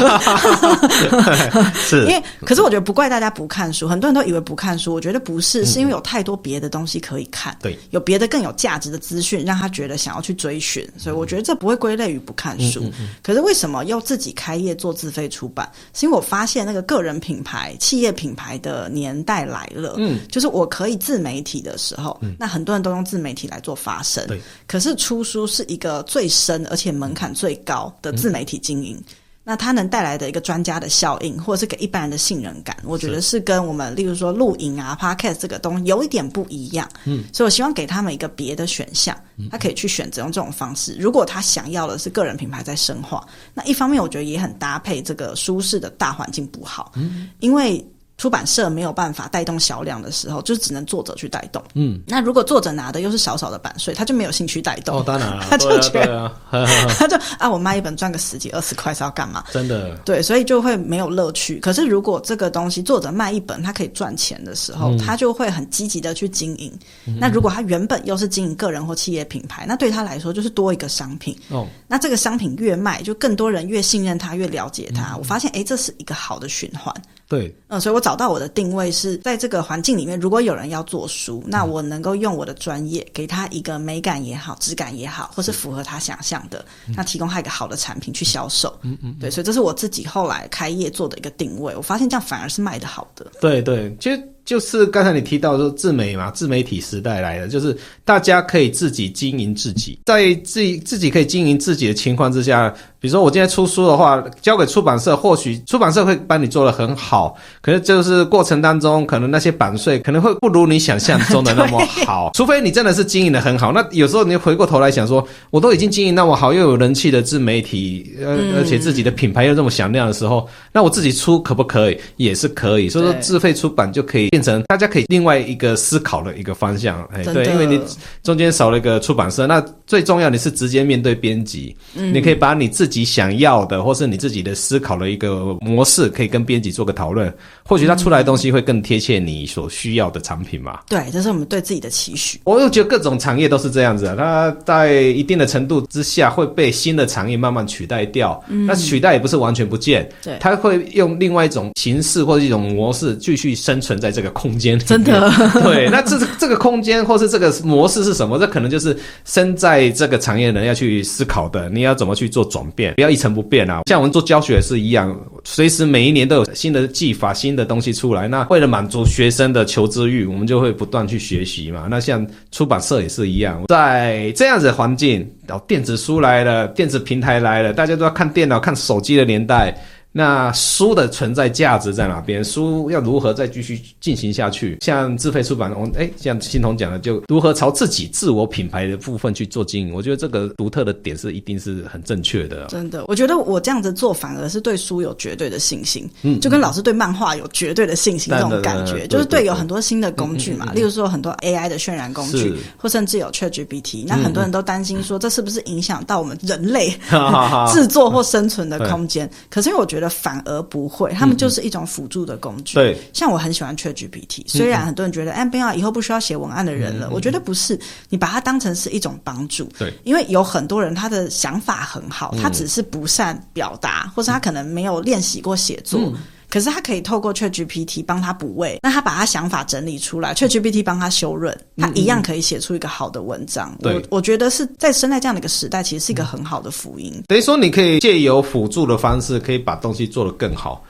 Speaker 1: 是
Speaker 3: 因为可是我觉得不怪大家不看书，很多人都以为不看书，我觉得不
Speaker 1: 嗯
Speaker 3: 是，是因为有太多别的东西可以看，
Speaker 1: 对，
Speaker 3: 有别的更有价值的资讯，让他觉得想要去追寻，所以我觉得这不会归类于不看书。可是为什么要自己开业做自费出版？是因为我发现那个个人品牌、企业品牌的年代来了，嗯，就是我可以自媒体的时候，那很多人都用自媒体来做发声，
Speaker 1: 对，
Speaker 3: 可是出书是一个最深而且门槛最高的自媒体经营。那它能带来的一个专家的效应，或者是给一般人的信任感，我觉得是跟我们例如说录影啊、podcast 这个东西有一点不一样。嗯，所以我希望给他们一个别的选项，他可以去选择用这种方式。如果他想要的是个人品牌在深化，那一方面我觉得也很搭配这个舒适的大环境不好，嗯、因为。出版社没有办法带动销量的时候，就只能作者去带动。嗯，那如果作者拿的又是少少的版税，他就没有兴趣带动。
Speaker 4: 哦，当然了，
Speaker 3: 他就
Speaker 4: 对啊
Speaker 3: 觉
Speaker 4: 对
Speaker 3: 得，
Speaker 4: 啊，呵呵呵
Speaker 3: 他就啊，我卖一本赚个十几二十块是要干嘛？
Speaker 4: 真的，
Speaker 3: 对，所以就会没有乐趣。可是如果这个东西作者卖一本，他可以赚钱的时候，他就会很积极的去经营。那如果他原本又是经营个人或企业品牌，那对他来说就是多一个商品。
Speaker 4: 哦，
Speaker 3: 那这个商品越卖，就更多人越信任他，越了解他。我发现，诶，这是一个好的循环。
Speaker 4: 对，
Speaker 3: 嗯，所以我找到我的定位是在这个环境里面，如果有人要做书，那我能够用我的专业给他一个美感也好、质感也好，或是符合他想象的，那提供他一个好的产品去销售。嗯嗯，对，所以这是我自己后来开业做的一个定位。我发现这样反而是卖的好的。
Speaker 1: 对对，其实就是刚才你提到说自媒嘛，自媒体时代来了，就是大家可以自己经营自己，在自己自己可以经营自己的情况之下，比如说我今天出书的话，交给出版社，或许出版社会帮你做的很好，可是就是过程当中，可能那些版税可能会不如你想象中的那么好，除非你真的是经营的很好。那有时候你回过头来想说，我都已经经营那么好，又有人气的自媒体，呃，而且自己的品牌又这么响亮的时候，那我自己出可不可以？也是可以。所以说
Speaker 3: 对
Speaker 1: 自费出版就可以变成大家可以另外一个思考的一个方向。哎，
Speaker 3: 真
Speaker 1: 对，
Speaker 3: 的
Speaker 1: 因为你中间少了一个出版社，那最重要你是直接面对编辑，
Speaker 3: 嗯
Speaker 1: 你可以把你自己想要的，或是你自己的思考的一个模式，可以跟编辑做个讨论，或许他出来的东西会更贴切你所需要的产品嘛。
Speaker 3: 对，这是我们对自己的期许。
Speaker 1: 我又觉得各种产业都是这样子啊，它在一定的程度之下会被新的产业慢慢取代掉。那、取代也不是完全不见，
Speaker 3: 嗯对
Speaker 1: 它会用另外一种形式或者一种模式继续生存在这个空间里面。
Speaker 3: 真的
Speaker 1: 对，那这这个空间或是这个模式是什么？这可能就是身在这个产业的人要去思考的，你要怎么去做转变，不要一成不变啊。像我们做教学也是一样，随时每一年都有新的技法、新的东西出来。那为了满足学生的求知欲，我们就会不断去学习嘛。那像出版社也是一样，在这样子的环境，哦，电子书来了，电子平台来了，大家都要看电脑、看手机的年代。那书的存在价值在哪边？书要如何再继续进行下去？像自费出版，我们哎，像欣桐讲的，就如何朝自己自我品牌的部分去做经营，我觉得这个独特的点是一定是很正确的。啊
Speaker 3: 真的，我觉得我这样子做反而是对书有绝对的信心，就跟老师对漫画有绝对的信心
Speaker 1: 当
Speaker 3: 这
Speaker 1: 然
Speaker 3: 种感
Speaker 1: 当
Speaker 3: 觉，
Speaker 1: 然
Speaker 3: 就是
Speaker 1: 嗯对对嗯
Speaker 3: 对有很多新的工具嘛，例如说很多 AI 的渲染工
Speaker 1: 是嗯
Speaker 3: 具，或甚至有 ChatGPT，那很多人都担心说这是不是影响到我们人
Speaker 1: <laughs>
Speaker 3: 类 <laughs>
Speaker 1: 哈哈哈
Speaker 3: 制作或生
Speaker 1: <laughs>
Speaker 3: 存的空间？可是我觉得反而不会，他们就是一种辅助的工
Speaker 1: 嗯
Speaker 3: 具。
Speaker 1: 对，
Speaker 3: 像我很喜欢 ChatGPT，虽
Speaker 1: 嗯
Speaker 3: 然很多人觉得哎，不要以后不需要写文案的人了，我觉得不是，你把它当成是一种帮助。
Speaker 1: 对，嗯
Speaker 3: 因为有很多人他的想法很好，他只是不善表达，或是他可能没有练习过写作。
Speaker 1: 嗯
Speaker 3: 可是他可以透过 ChatGPT 帮他补位，那他把他想法整理
Speaker 1: 嗯
Speaker 3: 出来，ChatGPT 帮他修润，他一样可以写出一个好的文章。
Speaker 1: 对
Speaker 3: 我我觉得是在生在这样的一个时代，其实是一个很好的福音。
Speaker 1: 等于说，你可以借由辅助的方式，可以把东西做得更好。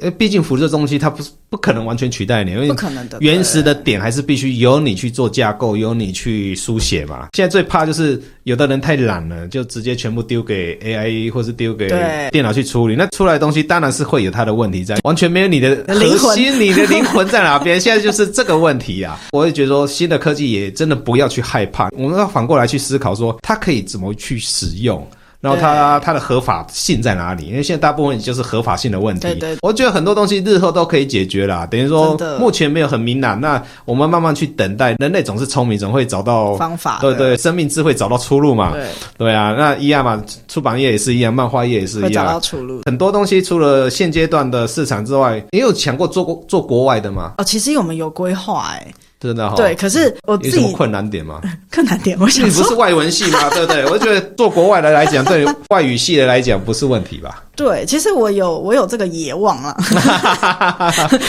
Speaker 1: 呃，毕竟辅助的东西它不是不可能完全取代你，因为
Speaker 3: 不可能的对
Speaker 1: 原始的点还是必须由你去做架构，由你去书写嘛。现在最怕就是有的人太懒了，就直接全部丢给 AI 或是丢给
Speaker 3: 对
Speaker 1: 电脑去处理，那出来的东西当然是会有它的问题在，完全没有你的
Speaker 3: 灵
Speaker 1: 核
Speaker 3: 魂
Speaker 1: 心，你的灵魂在哪边？现在就是这个问题
Speaker 3: <laughs>
Speaker 1: 呀、啊。我也觉得说，新的科技也真的不要去害怕，我们要反过来去思考说，它可以怎么去使用。然后它它的合法性在哪里？因为现在大部分就是合法性的问题。
Speaker 3: 对对
Speaker 1: 我觉得很多东西日后都可以解决啦，等于说
Speaker 3: 真的
Speaker 1: 目前没有很明朗，那我们慢慢去等待。人类总是聪明，总会找到
Speaker 3: 方法
Speaker 1: 对
Speaker 3: 的
Speaker 1: 对，生命智慧找到出路嘛。
Speaker 3: 对，
Speaker 1: 对啊，那一样嘛，出版业也是一样，漫画业也是
Speaker 3: 会
Speaker 1: 一
Speaker 3: 找到
Speaker 1: 样。啊
Speaker 3: 出路。
Speaker 1: 很多东西除了现阶段的市场之外，也有想过做国做国外的吗？
Speaker 3: 哦，其实我们有规划哎，
Speaker 1: 真的哈、
Speaker 3: 对，，可是我
Speaker 1: 哦有
Speaker 3: 自
Speaker 1: 什么
Speaker 3: 己
Speaker 1: 困难
Speaker 3: <laughs>
Speaker 1: 点吗？
Speaker 3: 更难点，我
Speaker 1: 你
Speaker 3: 想
Speaker 1: 不
Speaker 3: 说
Speaker 1: 是外文系嘛，对不对？我觉得做国外的来讲，对 <laughs> 外语系的来讲不是问题吧？
Speaker 3: 对，其实我有我有这个野望
Speaker 1: <laughs>
Speaker 3: 啊，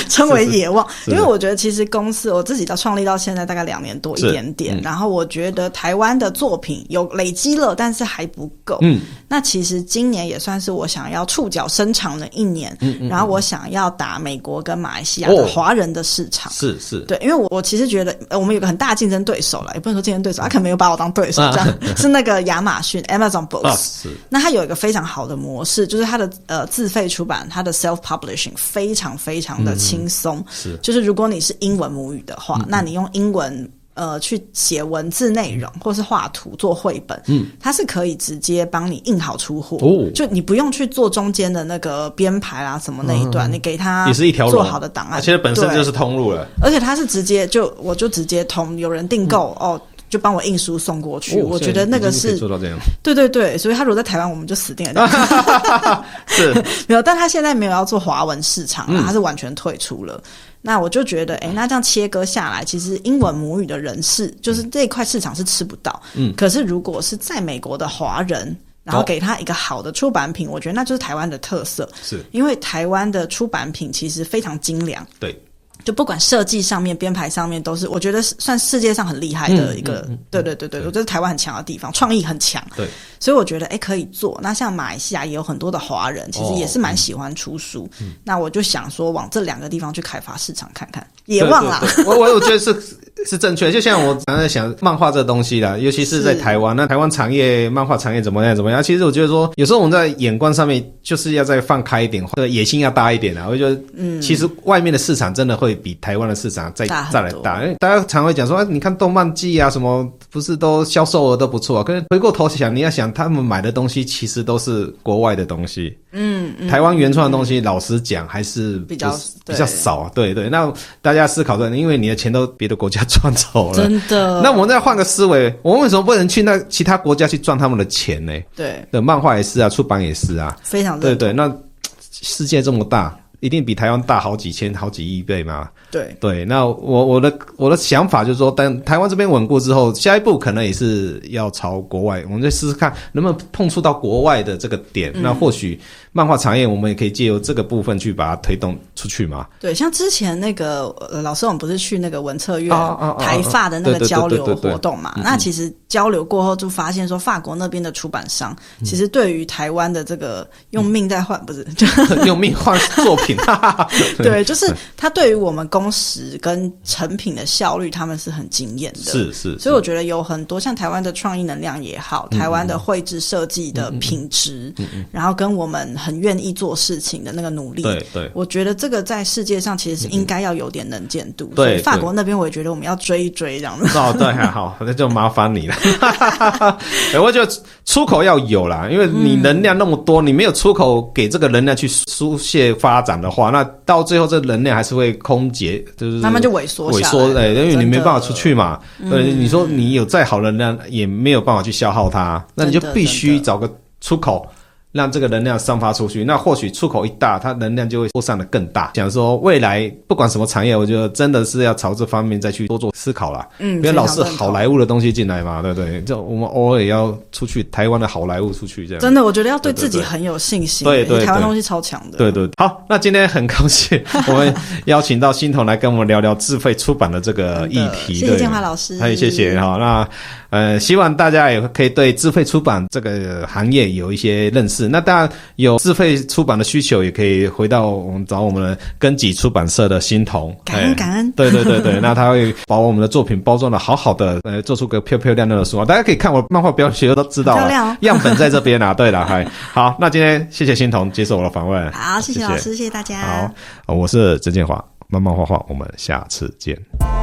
Speaker 3: 称为野望，
Speaker 1: 是
Speaker 3: 因为我觉得其实公司我自己到创立到现在大概两年多一
Speaker 1: 是
Speaker 3: 点点，
Speaker 1: 嗯
Speaker 3: 然后我觉得台湾的作品有累积了，但是还不够。
Speaker 1: 嗯，
Speaker 3: 那其实今年也算是我想要触角伸长的一年，然后我想要打美国跟马来西亚的
Speaker 1: 嗯哦
Speaker 3: 华人的市场。
Speaker 1: 是是，
Speaker 3: 对，因为我我其实觉得呃我们有个很大的竞争对手了，也不能说竞争对手，他可能没有把我当对手，
Speaker 1: 啊
Speaker 3: 这样是那个亚马逊 Amazon
Speaker 1: 啊
Speaker 3: Books，
Speaker 1: 是，
Speaker 3: 那它有一个非常好的模式，就是它的呃自费出版，它的 self publishing 非常非常的轻松。
Speaker 1: 嗯是嗯
Speaker 3: 就是如果你是英文母语的话，那你用英文呃去写文字内容或是画图做绘本，嗯，它是可以直接帮你印好出货，
Speaker 1: 哦
Speaker 3: 就你不用去做中间的那个编排啊啦什么那一段，你给它
Speaker 1: 嗯也是一条龙啊
Speaker 3: 做好的档案，
Speaker 1: 其实本身
Speaker 3: 对
Speaker 1: 就是通路了。
Speaker 3: 而且它是直接就我就直接通有人订购、哦。就帮我印书送过去，
Speaker 1: 嗯哦
Speaker 3: 我觉得那个
Speaker 1: 现在已经可以
Speaker 3: 是
Speaker 1: 做到这样，
Speaker 3: 对对对，所以他如果在台湾，我们就死定了。 <laughs>
Speaker 1: 是
Speaker 3: 没有，但他现在没有要做华文市场啊啦，他是完全退出了。那我就觉得，哎，那这样切割下来，其实英文母语的人士，就是这一块市场是吃不到。嗯，可是如果是在美国的华人，然后
Speaker 1: 哦
Speaker 3: 给他一个好的出版品，我觉得那就是台湾的特色，
Speaker 1: 是，
Speaker 3: 因为台湾的出版品其实非常精良。
Speaker 1: 对，
Speaker 3: 就不管设计上面、编排上面，都是我觉得是算世界上很厉害
Speaker 1: 嗯
Speaker 3: 的一个，对对对对，我觉得台湾很强的地方，创意很强，
Speaker 1: 对，
Speaker 3: 所以我觉得哎可以做。那像马来西亚也有很多的华人，其实
Speaker 1: 哦嗯
Speaker 3: 也是蛮喜欢出书，那我就想说往这两个地方去开发市场看看，也忘啊了
Speaker 1: 对。对对我我我觉得是是正确的，就像我常常在想漫画这东西啦，尤其是在
Speaker 3: 是
Speaker 1: 台湾，那台湾产业漫画产业怎么样怎么样？其实我觉得说，有时候我们在眼光上面就是要再放开一点，或者野心要大一点啊。我觉得，嗯，其实外面的市场真的会比台湾的市场再
Speaker 3: 大很
Speaker 1: 再来
Speaker 3: 多
Speaker 1: 大，因为大家常会讲说，啊，你看动漫季啊什么，不是都销售额都不错啊？可是回过头想，你要想他们买的东西其实都是国外的东西，嗯，台湾原创的东西，老实讲还是
Speaker 3: 比较
Speaker 1: 不是
Speaker 3: 对
Speaker 1: 比较少啊。对对，那大家思考的，因为你的钱都别的国家 <laughs> 赚走了。
Speaker 3: 真的，
Speaker 1: 那我们再换个思维，我们为什么不能去那其他国家去赚他们的钱呢？
Speaker 3: 对
Speaker 1: 对，漫画也是啊，出版也是啊，
Speaker 3: 非常
Speaker 1: 对
Speaker 3: 认
Speaker 1: 对。那嘖世界这么大，一定比台湾大好几千、好几亿倍嘛。
Speaker 3: 对
Speaker 1: 对，那我我的我的想法就是说，等台湾这边稳固之后，下一步可能也是要朝国外，我们再试试看能不能碰触到国外的这个点。
Speaker 3: 嗯
Speaker 1: 那或许漫画产业，我们也可以借由这个部分去把它推动出去嘛。
Speaker 3: 对，像之前那个呃，老师，我们不是去那个文策院
Speaker 1: 哦哦哦哦
Speaker 3: 台发的那
Speaker 1: 对
Speaker 3: 个
Speaker 1: 对对
Speaker 3: 交流
Speaker 1: 对对对嗯
Speaker 3: 活动嘛？那其实交流过后，就发现说法国那边的出版商
Speaker 1: 嗯
Speaker 3: 其实对于台湾的这个用命在换，
Speaker 1: <laughs>
Speaker 3: 不是就
Speaker 1: 用命换作品，哈哈哈。
Speaker 3: <laughs> 对，就是他对于我们工时跟成品的效率，他们是很惊艳
Speaker 1: <laughs>
Speaker 3: 的。
Speaker 1: 是是，嗯
Speaker 3: 所以我觉得有很多像台湾的创意能量也好，台湾的绘制设计的品质，然后跟我们很愿意做事情的那个努力，
Speaker 1: 对对
Speaker 3: 我觉得这个在世界上其实是应该要有点能见度。
Speaker 1: 对
Speaker 3: 所以法
Speaker 1: 对
Speaker 3: 国那边我也觉得我们要追一追这样子。
Speaker 1: 哦，对，还好，那就麻烦你了。 <laughs> 哎我觉得出口要有啦，因为你能量那么多，你没有出口给这个能量去疏泄发展的话，那到最后这能量还是会空竭，就是
Speaker 3: 慢慢就萎缩下
Speaker 1: 萎
Speaker 3: 来
Speaker 1: 缩，
Speaker 3: 了
Speaker 1: 对，因为你
Speaker 3: 真
Speaker 1: 没
Speaker 3: 的嗯
Speaker 1: 办法出去嘛。对，你说你有再好的能量，也没有办法去消耗它，那你就
Speaker 3: 真的
Speaker 1: 必须
Speaker 3: 真的
Speaker 1: 找个出口。让这个能量散发出去，那或许出口一大，它能量就会扩散的更大。想说未来不管什么产业，我觉得真的是要朝这方面再去多做思考啦。
Speaker 3: 嗯，
Speaker 1: 不要
Speaker 3: 非
Speaker 1: 老
Speaker 3: 常
Speaker 1: 是
Speaker 3: 认
Speaker 1: 好
Speaker 3: 同
Speaker 1: 莱坞的东西进来嘛，对不对？就我们偶尔也要出去台湾的好莱坞出去这样。
Speaker 3: 真的，我觉得要对
Speaker 1: 对对
Speaker 3: 自己
Speaker 1: 对
Speaker 3: 很有信心。
Speaker 1: 对对
Speaker 3: 台湾
Speaker 1: 对
Speaker 3: 东西超强的。
Speaker 1: 对对，好，那今天很高
Speaker 3: <laughs>
Speaker 1: 兴我们邀请到欣桐来跟我们聊聊自费出版的这个议
Speaker 3: 真的
Speaker 1: 题。
Speaker 3: 谢谢
Speaker 1: 对
Speaker 3: 建华老师
Speaker 1: 哎，谢谢哈。那呃，希望大家也可以对自费出版这个行业有一些认识。那当然有自费出版的需求，也可以回到我们找我们的根基出版社的欣桐。
Speaker 3: 感恩
Speaker 1: 哎
Speaker 3: 感恩 <laughs>
Speaker 1: 对对对对，那他会把我们的作品包装的好好的，呃，做出个漂漂亮亮的书啊。大家可以看我漫画标题都知道
Speaker 3: 漂
Speaker 1: 了，
Speaker 3: 亮哦 <laughs>
Speaker 1: 样本在这边啊。对了，嗨，好，那今天谢谢欣桐接受我的访问，
Speaker 3: 好，谢谢老师，谢谢大家。
Speaker 1: 好，呃我是郑建华，慢慢画画，我们下次见。
Speaker 2: All